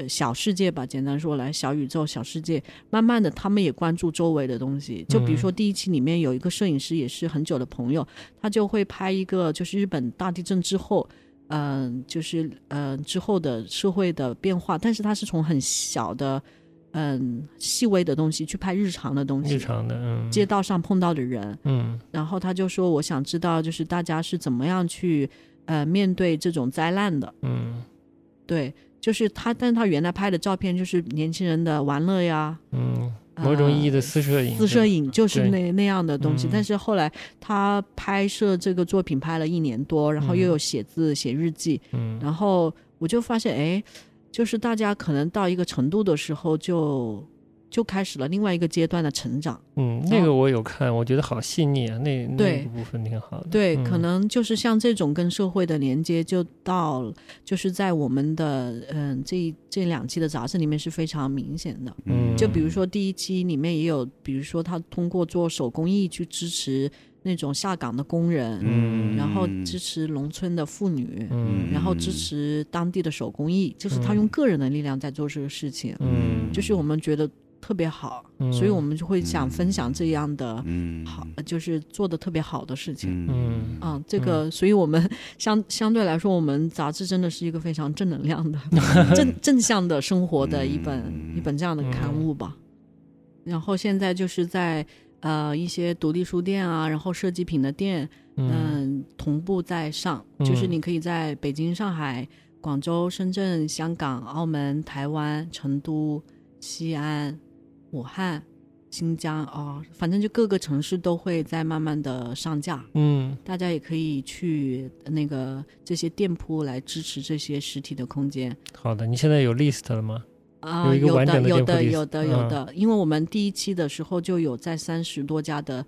Speaker 3: 呃，小世界吧，简单说来，小宇宙、小世界，慢慢的，他们也关注周围的东西。就比
Speaker 2: 嗯
Speaker 3: 如说第一期里面有一个摄影师，也是很久的朋友，他就会拍一个就是日本大地震之后，嗯、就是嗯、呃之后的社会的变化，但是他是从很小的，嗯、细微的东西去拍日常的东西，
Speaker 2: 日常的，嗯，
Speaker 3: 街道上碰到的人，
Speaker 2: 嗯
Speaker 3: 然后他就说我想知道就是大家是怎么样去呃面对这种灾难的，
Speaker 2: 嗯
Speaker 3: 对，就是他，但是他原来拍的照片就是年轻人的玩乐呀，
Speaker 2: 嗯某种意义的
Speaker 3: 呃
Speaker 2: 私摄影，
Speaker 3: 私摄
Speaker 2: 对
Speaker 3: 影就是
Speaker 2: 对
Speaker 3: 那那样的东西
Speaker 2: 嗯，
Speaker 3: 但是后来他拍摄这个作品拍了一年多，然后又
Speaker 2: 嗯
Speaker 3: 有写字、写日记，
Speaker 2: 嗯，
Speaker 3: 然后我就发现，哎，就是大家可能到一个程度的时候就，就开始了另外一个阶段的成长。
Speaker 2: 嗯，那个我有看，我觉得好细腻啊，那那
Speaker 3: 对
Speaker 2: 个部分挺好的。
Speaker 3: 对，
Speaker 2: 嗯
Speaker 3: 可能就是像这种跟社会的连接，就到了就是在我们的嗯这这两期的杂志里面是非常明显的。
Speaker 2: 嗯
Speaker 3: 就比如说第一期里面也有，比如说他通过做手工艺去支持那种下岗的工人，
Speaker 1: 嗯
Speaker 3: 然后支持农村的妇女，
Speaker 2: 嗯
Speaker 3: 然后支持当地的手工艺，就是他用
Speaker 2: 嗯
Speaker 3: 个人的力量在做这个事情，
Speaker 2: 嗯，
Speaker 3: 就是我们觉得特别好，所以我们就会想分享这样的
Speaker 1: 嗯，
Speaker 3: 好，呃就是做的特别好的事情。
Speaker 2: 嗯
Speaker 3: 啊，这个，所以我们相相对来说，我们杂志真的是一个非常正能 量的、正正向的生活的一本、
Speaker 2: 嗯
Speaker 3: 一本这样的刊物吧。然后现在就是在呃一些独立书店啊，然后设计品的店，
Speaker 2: 嗯
Speaker 3: 嗯、同步在上，就是
Speaker 2: 嗯
Speaker 3: 你可以在北京、上海、广州、深圳、香港、澳门、台湾、成都、西安、武汉。新疆哦，反正就各个城市都会在慢慢的上架，
Speaker 2: 嗯
Speaker 3: 大家也可以去呃那个这些店铺来支持这些实体的空间
Speaker 2: 嗯好的，你现在有 list 了吗？
Speaker 3: 啊、
Speaker 2: 有一个
Speaker 3: 有
Speaker 2: 完整的
Speaker 3: 有
Speaker 2: 店铺
Speaker 3: 的，
Speaker 2: list，
Speaker 3: 有的，
Speaker 2: 嗯
Speaker 3: 有的，因为我们第一期的时候就有在三十多家的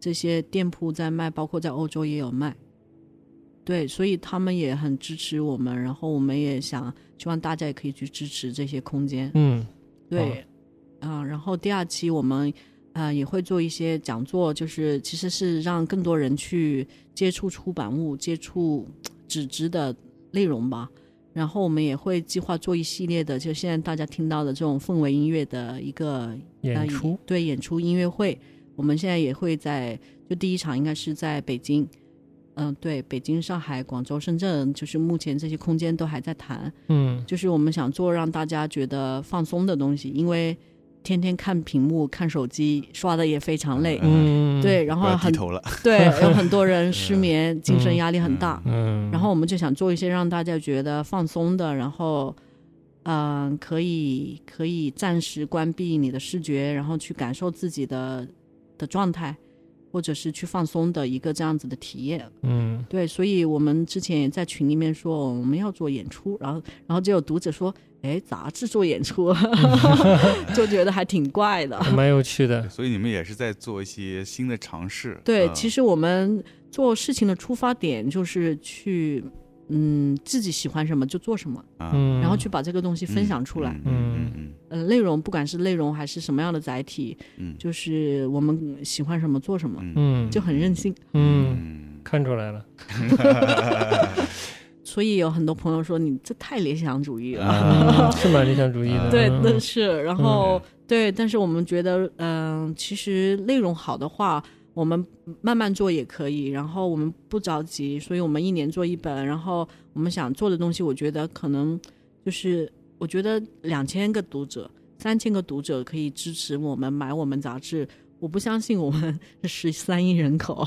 Speaker 3: 这些店铺在卖，包括在欧洲也有卖。对，所以他们也很支持我们，然后我们也想希望大家也可以去支持这些空间。
Speaker 2: 嗯
Speaker 3: 对，啊、然后第二期我们啊、呃也会做一些讲座，就是其实是让更多人去接触出版物、接触纸质的内容吧。然后我们也会计划做一系列的，就现在大家听到的这种氛围音乐的一个
Speaker 2: 演出
Speaker 3: 呃、对演出音乐会，我们现在也会在就第一场应该是在北京，嗯、对，北京、上海、广州、深圳，就是目前这些空间都还在谈，
Speaker 2: 嗯
Speaker 3: 就是我们想做让大家觉得放松的东西，因为天天看屏幕、看手机，刷的也非常累。
Speaker 2: 嗯
Speaker 3: 对，然
Speaker 1: 不
Speaker 3: 后
Speaker 1: 要低
Speaker 3: 很
Speaker 1: 头了，
Speaker 3: 对，有很多人失眠，精神压力很大。
Speaker 2: 嗯，
Speaker 3: 然后我们就想做一些让大家觉得放松的，然后，嗯、可以可以暂时关闭你的视觉，然后去感受自己的的状态，或者是去放松的一个这样子的体验。
Speaker 2: 嗯
Speaker 3: 对，所以我们之前也在群里面说我们要做演出，然后然后就有读者说，哎，杂志做演出， 就觉得还挺怪的。
Speaker 2: 还蛮有趣的，
Speaker 1: 所以你们也是在做一些新的尝试。
Speaker 3: 对，
Speaker 4: 啊
Speaker 1: 嗯
Speaker 3: 其实我们做事情的出发点就是去，嗯，自己喜欢什么就做什么，
Speaker 4: 啊
Speaker 1: 啊
Speaker 2: 嗯，
Speaker 3: 然后去把这个东西分享出来。
Speaker 1: 嗯嗯嗯
Speaker 3: 嗯、内容不管是内容还是什么样的载体，
Speaker 1: 嗯
Speaker 3: 就是我们喜欢什么做什么，
Speaker 1: 嗯
Speaker 2: 嗯
Speaker 3: 就很任性。
Speaker 2: 嗯
Speaker 1: 嗯
Speaker 2: 看出来了，
Speaker 3: 所以有很多朋友说你这太理想主义了。
Speaker 1: 啊
Speaker 2: 嗯是蛮理想主义的，
Speaker 3: 对，
Speaker 2: 嗯
Speaker 3: 那是，然后、对，但是我们觉得，嗯、其实内容好的话，我们慢慢做也可以，然后我们不着急，所以我们一年做一本，然后我们想做的东西，我觉得可能就是，我觉得两千个读者、三千个读者可以支持我们买我们杂志。我不相信我们 十三亿人口，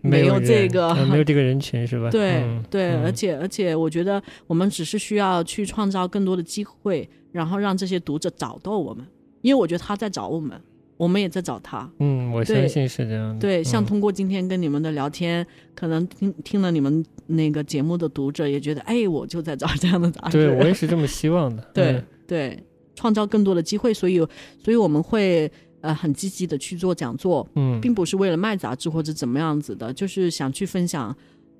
Speaker 2: 没
Speaker 3: 没有
Speaker 2: 人
Speaker 3: 这个
Speaker 2: 呃没有这个人群是吧？
Speaker 3: 对、
Speaker 2: 嗯
Speaker 3: 对，
Speaker 2: 嗯
Speaker 3: 而且而且，我觉得我们只是需要去创造更多的机会，然后让这些读者找到我们，因为我觉得他在找我们，我们也在找他。
Speaker 2: 嗯，我相
Speaker 3: 对
Speaker 2: 信是这样的，
Speaker 3: 对，像
Speaker 2: 嗯
Speaker 3: 通过今天跟你们的聊天，可能听听了你们那个节目的读者也觉得，哎，我就在找这样的杂
Speaker 2: 对
Speaker 3: 志。
Speaker 2: 我也是这么希望的，
Speaker 3: 啊对、
Speaker 2: 嗯
Speaker 3: 对，创造更多的机会，所以所以我们会呃很积极的去做讲座，
Speaker 2: 嗯，
Speaker 3: 并不是为了卖杂志或者怎么样子的，就是想去分享，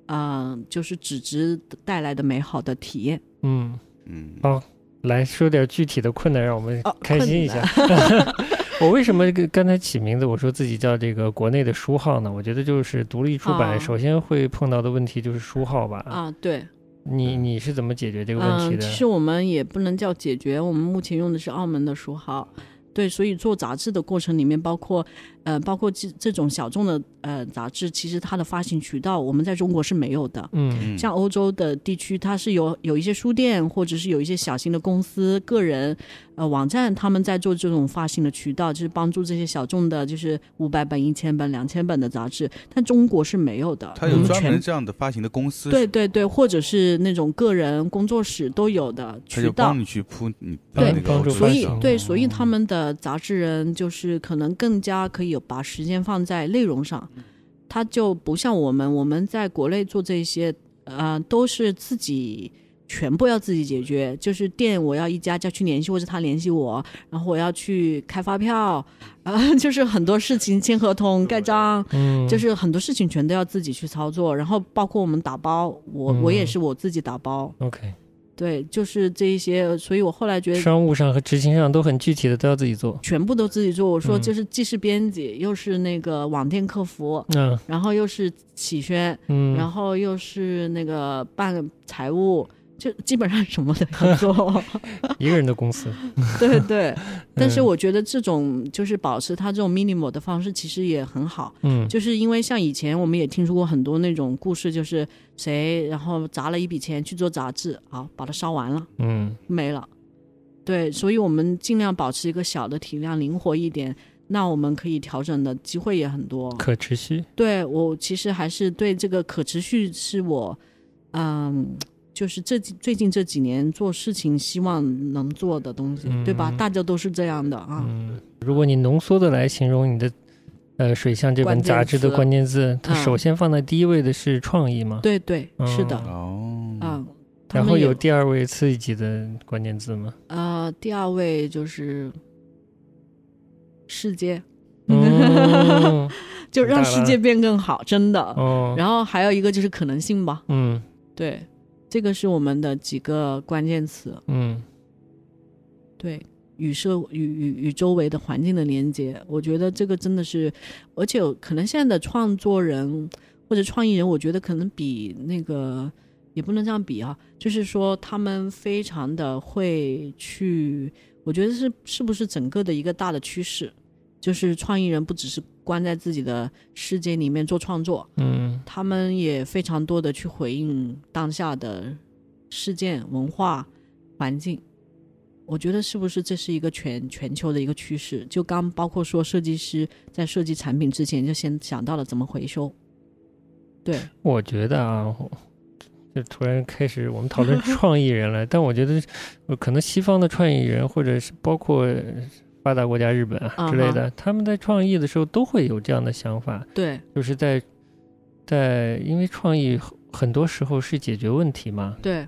Speaker 3: 啊，就是纸质带来的美好的体验。
Speaker 2: 嗯，
Speaker 1: 嗯
Speaker 2: 来说点具体的困难，让我 们
Speaker 3: 哦
Speaker 2: 开心一下。 我为什么跟刚才起名字，我说自己叫这个国内的书号呢？我觉得就是独立出版，
Speaker 3: 啊
Speaker 2: 首先会碰到的问题就是书号吧。
Speaker 3: 啊，对，
Speaker 2: 你你是怎么解决这个问题
Speaker 3: 嗯，
Speaker 2: 的？
Speaker 3: 其实我们也不能叫解决，我们目前用的是澳门的书号。对，所以做杂志的过程里面，包括呃，包括这这种小众的呃杂志，其实它的发行渠道我们在中国是没有的。
Speaker 2: 嗯，
Speaker 3: 像欧洲的地区，它是有有一些书店，或者是有一些小型的公司、个人呃网站，他们在做这种发行的渠道，就是帮助这些小众的，就是五百本、一千本、两千本的杂志，但中国是没有的。
Speaker 4: 它
Speaker 3: 我
Speaker 4: 有
Speaker 3: 们
Speaker 4: 专
Speaker 3: 全
Speaker 4: 门这样的发行的公司，
Speaker 3: 对对对，或者是那种个人工作室都有的
Speaker 4: 他
Speaker 3: 渠
Speaker 4: 就
Speaker 3: 道
Speaker 4: 帮。你去铺你的
Speaker 2: 对
Speaker 4: 那个
Speaker 2: 帮助
Speaker 4: 文章，
Speaker 3: 所以
Speaker 2: 翻，译
Speaker 3: 对，所以他们的杂志人就是可能更加可以有把时间放在内容上，他就不像我们，我们在国内做这些，呃，都是自己全部要自己解决，就是店我要一家家去联系，或者他联系我，然后我要去开发票， 啊、就是很多事情签合同、盖章，
Speaker 2: 嗯，
Speaker 3: 就是很多事情全都要自己去操作，然后包括我们打包，我我也
Speaker 2: 嗯
Speaker 3: 是我自己打包，
Speaker 2: OK，
Speaker 3: 对，就是这一些，所以我后来觉得
Speaker 2: 商务上和执行上都很具体的，都要自己做。
Speaker 3: 全部都自己做。我说
Speaker 2: 嗯
Speaker 3: 就是既是编辑，又是那个网店客服，
Speaker 2: 嗯
Speaker 3: 然后又是企宣，
Speaker 2: 嗯，
Speaker 3: 然后又是那个办财务，就基本上什么都要 做。
Speaker 2: 一个人的公 司，
Speaker 3: 对 对，但
Speaker 2: 嗯
Speaker 3: 是我觉得这种就是保持它这种 minimal 的方式，其实也很好。
Speaker 2: 嗯
Speaker 3: 就是因为像以前我们也听说过很多那种故事，就是谁然后砸了一笔钱去做杂志，好把它烧完了。
Speaker 2: 嗯
Speaker 3: 没了。对，所以我们尽量保持一个小的体量，灵活一点，那我们可以调整的机会也很多。
Speaker 2: 可持续，
Speaker 3: 对我其实还是对这个可持续是我，嗯，就是这几最近这几年做事情希望能做的东西，对吧？
Speaker 2: 嗯
Speaker 3: 大家都是这样的啊。
Speaker 2: 嗯，如果你浓缩的来形容你的呃《水象》这本
Speaker 3: 关键
Speaker 2: 杂志的
Speaker 3: 词
Speaker 2: 关键字，它
Speaker 3: 嗯
Speaker 2: 首先放在第一位的是创意嘛，
Speaker 3: 对对，是的，
Speaker 4: 哦，
Speaker 3: 嗯。他
Speaker 2: 然
Speaker 3: 们
Speaker 2: 后有
Speaker 3: 也
Speaker 2: 第二位刺激的关键字 吗？
Speaker 3: 呃，第二位就是世界，
Speaker 2: 嗯
Speaker 3: 就让
Speaker 2: 太大
Speaker 3: 世界
Speaker 2: 了
Speaker 3: 变更好，真的。
Speaker 2: 哦，
Speaker 3: 然后还有一个就是可能性吧，
Speaker 2: 嗯
Speaker 3: 对，这个是我们的几个关键词。
Speaker 2: 嗯
Speaker 3: 对，与社与与与周围的环境的连接，我觉得这个真的是，而且可能现在的创作人或者创意人，我觉得可能比那个也不能这样比啊，就是说他们非常的会去，我觉得是是不是整个的一个大的趋势，就是创意人不只是关在自己的世界里面做创作，
Speaker 2: 嗯
Speaker 3: 他们也非常多的去回应当下的事件、文化、环境。我觉得是不是这是一个全全球的一个趋势？就刚包括说设计师在设计产品之前就先想到了怎么回收，对，
Speaker 2: 我觉得啊，就突然开始我们讨 论创意人了，但我觉得呃可能西方的创意人，或者是包括发达国家日本啊之类的，他们在创意的时候都会有这样的想法，
Speaker 3: 对，
Speaker 2: 就是在在因为创意很很多时候是解决问题嘛，
Speaker 3: 对，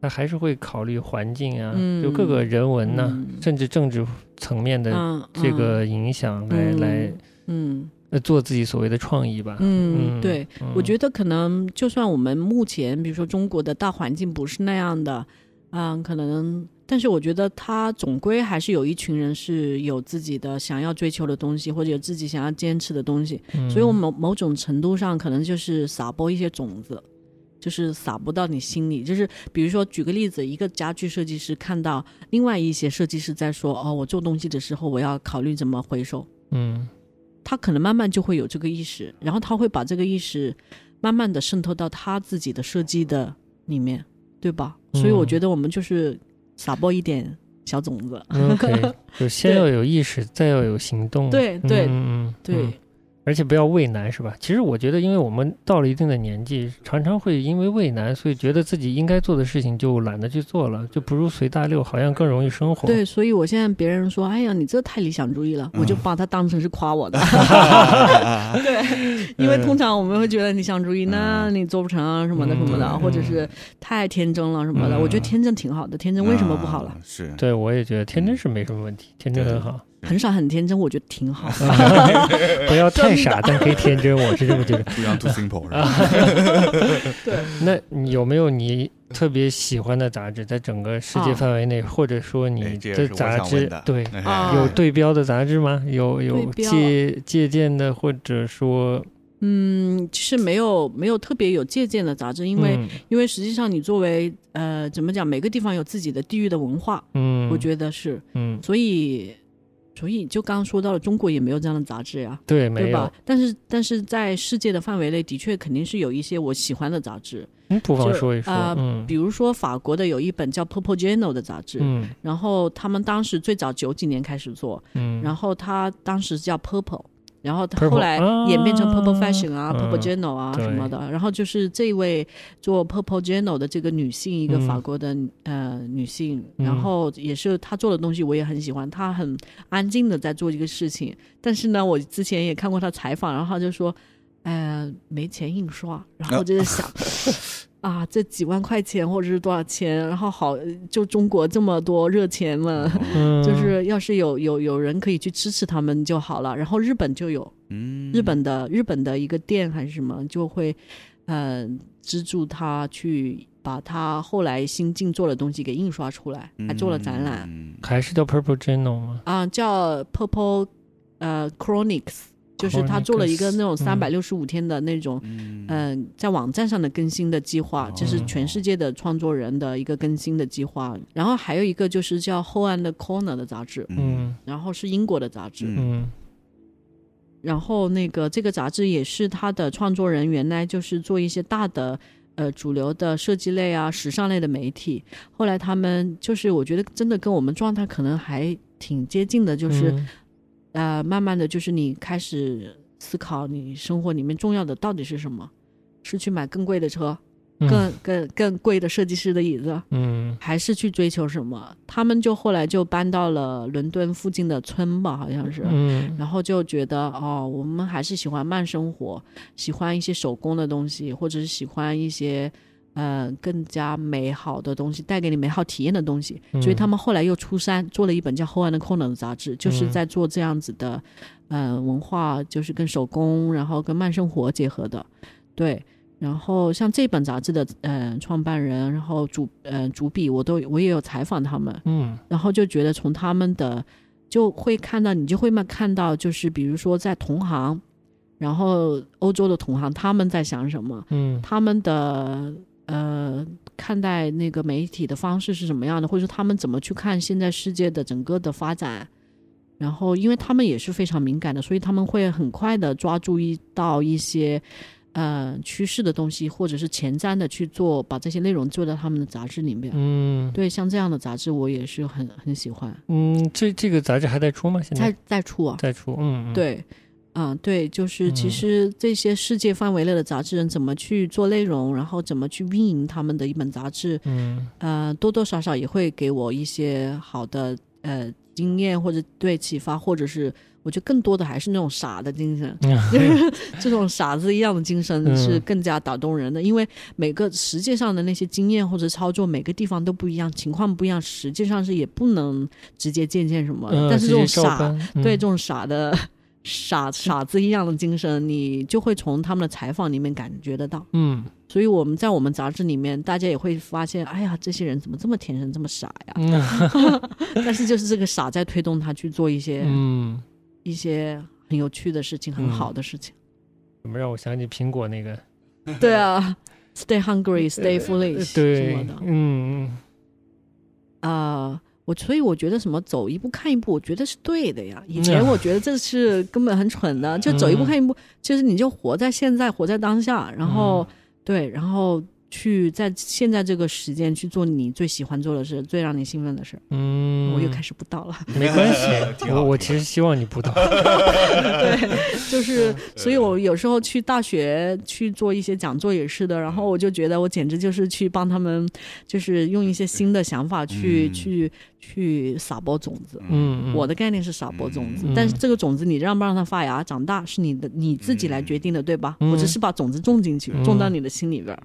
Speaker 2: 那还是会考虑环境啊，
Speaker 3: 嗯
Speaker 2: 就各个人文呐、
Speaker 3: 嗯
Speaker 2: 甚至政治层面的
Speaker 3: 嗯，
Speaker 2: 这个影响来、
Speaker 3: 嗯
Speaker 2: 来
Speaker 3: 嗯，
Speaker 2: 呃做自己所谓的创意吧。
Speaker 3: 嗯对，我觉
Speaker 2: 得
Speaker 3: 得可能就算我们目前，比如说中国的大环境不是那样的，嗯，可能，但是我觉得他总归还是有一群人是有自己的想要追求的东西，或者有自己想要坚持的东西，
Speaker 2: 嗯
Speaker 3: 所以我某某种程度上可能就是撒播一些种子。就是撒不到你心里，就是比如说举个例子，一个家具设计师看到另外一些设计师在说哦，我做东西的时候我要考虑怎么回收，
Speaker 2: 嗯
Speaker 3: 他可能慢慢就会有这个意识，然后他会把这个意识慢慢的渗透到他自己的设计的里面，对吧？
Speaker 2: 嗯
Speaker 3: 所以我觉得我们就是撒播一点小种子，
Speaker 2: 嗯 OK，就先
Speaker 3: 对
Speaker 2: 要有意识，再要有行动。
Speaker 3: 对对
Speaker 2: 嗯嗯
Speaker 3: 对、
Speaker 2: 嗯而且不要畏难，是吧？其实我觉得，因为我们到了一定的年纪，常常会因为畏难，所以觉得自己应该做的事情就懒得去做了，就不如随大流，好像嗯更容易生活。
Speaker 3: 对，所以我现在别人说，哎呀，你这太理想主义了，我就把它当成是夸 我的，对，因为通常我们会觉得理想主义，那你做不成啊什么的什么的，
Speaker 2: 嗯
Speaker 3: 或者是太天真了什么的。
Speaker 2: 嗯
Speaker 3: 我觉得天真挺好的，天真为什么不好了？
Speaker 4: 啊？是
Speaker 2: 对，我也觉得天真是没什么问题，天真很好。
Speaker 3: 很傻很天真，我觉得挺好。
Speaker 2: 不要太傻，但可以天真，我是这么觉得。
Speaker 4: too young too simple 是
Speaker 2: 啊
Speaker 4: 吧？
Speaker 2: 那你有没有你特别喜欢的杂志，在整个世界
Speaker 3: 啊
Speaker 2: 范围内，或者说你
Speaker 4: 哎这也
Speaker 2: 的
Speaker 4: 是我
Speaker 2: 杂
Speaker 4: 想
Speaker 2: 志
Speaker 4: 问的
Speaker 2: 对
Speaker 3: 啊
Speaker 2: 有对标的杂志吗？有有
Speaker 3: 对标
Speaker 2: 借借鉴的，或者说
Speaker 3: 嗯，其实没有没有特别有借鉴的杂志，因为、
Speaker 2: 嗯
Speaker 3: 因为实际上你作为呃怎么讲，每个地方有自己的地域的文化，
Speaker 2: 嗯，
Speaker 3: 我觉得是，
Speaker 2: 嗯
Speaker 3: 所以所以就刚刚说到了，中国也没有这样的杂志呀、
Speaker 2: 对，
Speaker 3: 对
Speaker 2: 没有
Speaker 3: 吧。？但是但是在世界的范围内，的确肯定是有一些我喜欢的杂志，
Speaker 2: 嗯，不妨
Speaker 3: 就
Speaker 2: 说一说，
Speaker 3: 啊
Speaker 2: 嗯
Speaker 3: 比如说法国的有一本叫《Purple Journal》的杂志，
Speaker 2: 嗯
Speaker 3: 然后他们当时最早九几年开始做，
Speaker 2: 嗯，
Speaker 3: 然
Speaker 2: 后
Speaker 3: 后它当时叫 Purple。然后它
Speaker 2: Purple，
Speaker 3: 后来演变成
Speaker 2: 啊
Speaker 3: Purple Fashion 啊、
Speaker 2: 嗯
Speaker 3: Purple Journal 啊
Speaker 2: 对
Speaker 3: 什么的。然后就是这位做 Purple Journal 的这个女性，一个
Speaker 2: 嗯
Speaker 3: 法国的、呃女性，
Speaker 2: 嗯
Speaker 3: 然后也是她做的东西我也很喜欢。她很安静的在做一个事情，但是呢，我之前也看过她采访，然后她就说，呃，没钱 印刷。然后我就在想，啊，这几万块钱或者是多少钱？然后好，就中国这么多热钱们，
Speaker 4: 哦
Speaker 2: 嗯
Speaker 3: 就是要是有有有人可以去支持他们就好了。然后日本就有
Speaker 4: 嗯，
Speaker 3: 日本的、日本的一个店还是什么，就会呃资助他去把他后来新近做的东西给印刷出来，还做了展览
Speaker 4: 嗯
Speaker 2: 还是叫 Purple Journal 吗？
Speaker 3: 啊、叫 Purple 呃 Chronics，就是他做了一个那种
Speaker 2: Chronicles，
Speaker 3: 三百六十五天的那种
Speaker 4: 嗯
Speaker 3: 嗯、在网站上的更新的计划，这是
Speaker 2: 哦
Speaker 3: 全世界的创作人的一个更新的计划。然后还有一个就是叫《后岸的 Corner》的杂志，
Speaker 4: 嗯
Speaker 2: 嗯
Speaker 3: 然后是英国的杂志。
Speaker 4: 嗯
Speaker 2: 嗯
Speaker 3: 然后那个这个杂志也是它的创作人原来就是做一些大的。呃，主流的设计类啊、时尚类的媒体，后来他们就是我觉得真的跟我们状态可能还挺接近的，就是、
Speaker 2: 嗯
Speaker 3: 呃，慢慢的就是你开始思考你生活里面重要的到底是什么，是去买更贵的车，
Speaker 2: 嗯
Speaker 3: 更更更贵的设计师的椅子，
Speaker 2: 嗯
Speaker 3: 还是去追求什么？他们就后来就搬到了伦敦附近的村吧，好像是，啊
Speaker 2: 嗯
Speaker 3: 然后就觉得哦，我们还是喜欢慢生活，喜欢一些手工的东西，或者是喜欢一些。呃，更加美好的东西，带给你美好体验的东西，
Speaker 2: 嗯
Speaker 3: 所以他们后来又出山，做了一本叫《后岸的 corner》的杂志，就是
Speaker 2: 嗯
Speaker 3: 在做这样子的，呃，文化就是跟手工，然后跟慢生活结合的，对。然后像这本杂志的呃创办人，然后主呃主笔，我都我也有采访他们，
Speaker 2: 嗯
Speaker 3: 然后就觉得从他们的就会看到，你就会慢慢看到，就是比如说在同行，然后欧洲的同行他们在想什么，
Speaker 2: 嗯
Speaker 3: 他们的呃看待那个媒体的方式是什么样的，或者说他们怎么去看现在世界的整个的发展。然后，因为他们也是非常敏感的，所以他们会很快的抓住一到一些，呃趋势的东西，或者是前瞻的去做，把这些内容做到他们的杂志里面。
Speaker 2: 嗯
Speaker 3: 对，像这样的杂志我也是很很喜欢。
Speaker 2: 嗯，这这个杂志还在出吗？现在
Speaker 3: 再再出啊，
Speaker 2: 在出，嗯嗯，嗯，
Speaker 3: 对，嗯、对，就是其
Speaker 2: 嗯
Speaker 3: 实这些世界范围内的杂志人怎么去做内容，然后怎么去运营他们的一本杂志，
Speaker 2: 嗯
Speaker 3: 呃，多多少少也会给我一些好的呃经验或者对启发，或者是我觉得更多的还是那种傻的精神， 就是 这种傻子一样的精神
Speaker 2: 嗯
Speaker 3: 是更加打动人的，因为每个实际上的那些经验或者操作，每个地方都不一样，情况不一样，实际上是也不能直接借鉴什么
Speaker 2: 嗯，
Speaker 3: 的。但是这
Speaker 2: 直接
Speaker 3: 种
Speaker 2: 照
Speaker 3: 傻，
Speaker 2: 搬，嗯
Speaker 3: 对这种傻的傻傻子一样的精神，你就会从他们的采访里面感觉得到。
Speaker 2: 嗯
Speaker 3: 所以我们在我们杂志里面，大家也会发现，哎呀，这些人怎么这么天真，这么傻 呀？
Speaker 2: 嗯
Speaker 3: 但是就是这个傻在推动他去做一些、
Speaker 2: 嗯，
Speaker 3: 一些很有趣的事情，很好的事情。
Speaker 2: 怎么让我想起苹果那个？
Speaker 3: 对啊，Stay hungry,
Speaker 2: 呃
Speaker 3: stay foolish，
Speaker 2: 对
Speaker 3: 什么的，
Speaker 2: 嗯嗯
Speaker 3: 啊。我所以我觉得什么走一步看一步，我觉得是对的呀。以
Speaker 2: 嗯
Speaker 3: 前我觉得这是根本很蠢的，就走一步
Speaker 2: 嗯
Speaker 3: 看一步，就是你就活在现在，活在当下，然后、
Speaker 2: 嗯
Speaker 3: 对，然后去在现在这个时间去做你最喜欢做的事，最让你兴奋的事。
Speaker 2: 嗯，
Speaker 3: 我又开始不倒了，
Speaker 2: 没关系，
Speaker 4: 挺好
Speaker 2: 我我其实希望你不懂，嗯
Speaker 3: 就是，所以我有时候去大学去做一些讲座也是的，然
Speaker 2: 嗯
Speaker 3: 后我就觉得我简直就是去帮他们，就是用一些新的想法去、
Speaker 4: 嗯
Speaker 3: 去去撒播种子。
Speaker 2: 嗯，嗯
Speaker 3: 我的概念是撒播种子，
Speaker 2: 嗯
Speaker 3: 但是这个种子你让不让它发芽长大是你的你自己来决定的，对吧？
Speaker 2: 嗯
Speaker 3: 我只是把种子种进去，
Speaker 2: 嗯
Speaker 3: 种到你的心里边儿。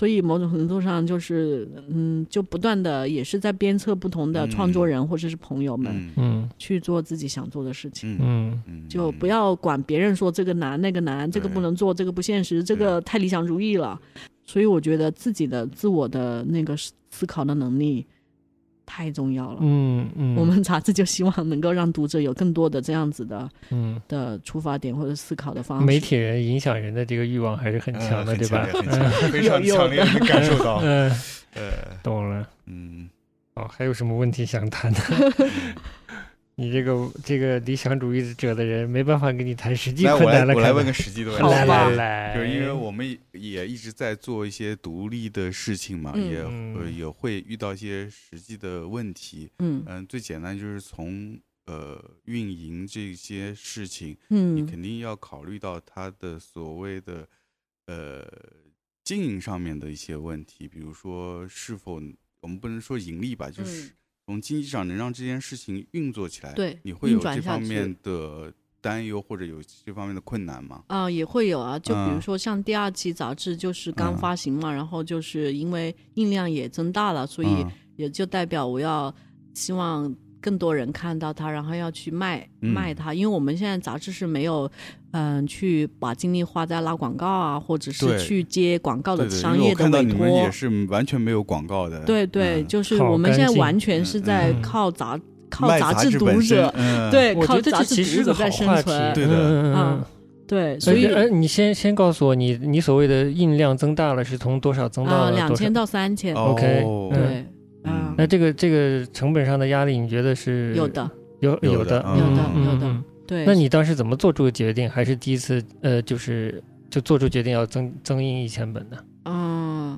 Speaker 3: 所以某种程度上就是，嗯，就不断的也是在鞭策不同的
Speaker 4: 嗯
Speaker 3: 创作人或者是朋友们、
Speaker 4: 嗯
Speaker 2: 嗯
Speaker 3: 去做自己想做的事情，
Speaker 4: 嗯
Speaker 2: 嗯
Speaker 4: 嗯，
Speaker 3: 就不要管别人说这个难那个难，这个不能做，这个不现实，这个太理想主义了。所以我觉得自己的自我的那个思考的能力太重要了。
Speaker 2: 嗯嗯，
Speaker 3: 我们杂志就希望能够让读者有更多的这样子的
Speaker 2: 嗯
Speaker 3: 的出发点或者思考的方式。
Speaker 2: 媒体人影响人的这个欲望还是很强的，对吧？ 嗯
Speaker 4: 吧？非常强烈能感受 到，
Speaker 2: 嗯，
Speaker 4: 呃，
Speaker 2: 懂了。
Speaker 4: 嗯，
Speaker 2: 哦，还有什么问题想谈的？你这个这个理想主义者的人没办法跟你谈实际
Speaker 4: 来，
Speaker 2: 困
Speaker 4: 我来
Speaker 2: 难了。
Speaker 4: 我来
Speaker 2: 看
Speaker 4: 问
Speaker 2: 来
Speaker 4: 个实际的问
Speaker 3: 好
Speaker 4: 题，
Speaker 2: 来
Speaker 3: 吧
Speaker 2: 来
Speaker 4: 对
Speaker 2: 来，
Speaker 4: 就是因为我们也一直在做一些独立的事情嘛，
Speaker 3: 嗯
Speaker 4: 也呃
Speaker 2: 嗯
Speaker 4: 也会遇到一些实际的问题。
Speaker 3: 嗯
Speaker 4: 嗯，最简单就是从呃运营这些事情，你
Speaker 3: 嗯
Speaker 4: 肯定要考虑到它的所谓的呃经营上面的一些问题，比如说是否我们不能说盈利吧，就是
Speaker 3: 嗯
Speaker 4: 从经济上能让这件事情运作起来，
Speaker 3: 对
Speaker 4: 你会
Speaker 3: 运
Speaker 4: 有
Speaker 3: 转
Speaker 4: 这
Speaker 3: 下
Speaker 4: 方
Speaker 3: 去
Speaker 4: 面的担忧或者有这方面的困难吗？
Speaker 3: 啊、也会有啊，就比
Speaker 4: 嗯
Speaker 3: 如说像第二期杂志就是刚
Speaker 4: 嗯
Speaker 3: 发行嘛，然后就是因为印量也增大了，所以
Speaker 4: 嗯
Speaker 3: 也就代表我要希望更多人看到它，然后要去卖、
Speaker 4: 嗯
Speaker 3: 卖它，因为我们现在杂志是没有嗯、去把精力花在拉广告啊，或者
Speaker 4: 对
Speaker 3: 是去接广告
Speaker 4: 对
Speaker 3: 的
Speaker 4: 对，
Speaker 3: 商
Speaker 4: 因为
Speaker 3: 业
Speaker 4: 我
Speaker 3: 的
Speaker 4: 看到
Speaker 3: 委
Speaker 4: 你
Speaker 3: 托。
Speaker 4: 们也是完全没有广告的，
Speaker 3: 对对，
Speaker 4: 嗯
Speaker 3: 就是
Speaker 2: 好
Speaker 3: 我们现
Speaker 2: 干
Speaker 3: 在
Speaker 2: 净
Speaker 3: 完全是在
Speaker 2: 嗯
Speaker 3: 靠杂、靠
Speaker 4: 卖
Speaker 3: 杂志
Speaker 4: 本
Speaker 3: 读
Speaker 4: 身
Speaker 3: 者，，
Speaker 4: 嗯，
Speaker 3: 对，
Speaker 2: 我觉
Speaker 3: 靠
Speaker 2: 得
Speaker 3: 杂
Speaker 2: 这
Speaker 3: 志
Speaker 2: 其实
Speaker 3: 读
Speaker 2: 是
Speaker 3: 者
Speaker 2: 个
Speaker 3: 在
Speaker 2: 好
Speaker 3: 生
Speaker 2: 话题，
Speaker 3: 存。
Speaker 4: 对的
Speaker 2: 嗯嗯嗯
Speaker 3: 啊。对，
Speaker 2: 所
Speaker 3: 所
Speaker 2: 以，
Speaker 3: 以
Speaker 2: 呃，你先先告诉我，你你所谓的印量增大了，是从多少增到
Speaker 3: 啊，
Speaker 2: 了
Speaker 3: 两
Speaker 2: 多少
Speaker 3: 千？到三千，
Speaker 4: 哦
Speaker 2: OK，
Speaker 4: 嗯
Speaker 3: 对，啊，
Speaker 2: 那这个这个成本上的压力，你觉得是
Speaker 3: 有的，
Speaker 2: 有
Speaker 4: 有
Speaker 2: 有
Speaker 4: 的
Speaker 2: 的
Speaker 4: 有
Speaker 3: 的
Speaker 2: 嗯
Speaker 3: 有
Speaker 2: 嗯
Speaker 3: 的
Speaker 2: 嗯
Speaker 3: 对。
Speaker 2: 那你当时怎么做出的决定？还是第一次呃，就是就做出决定要增增印一千本的？
Speaker 3: 嗯，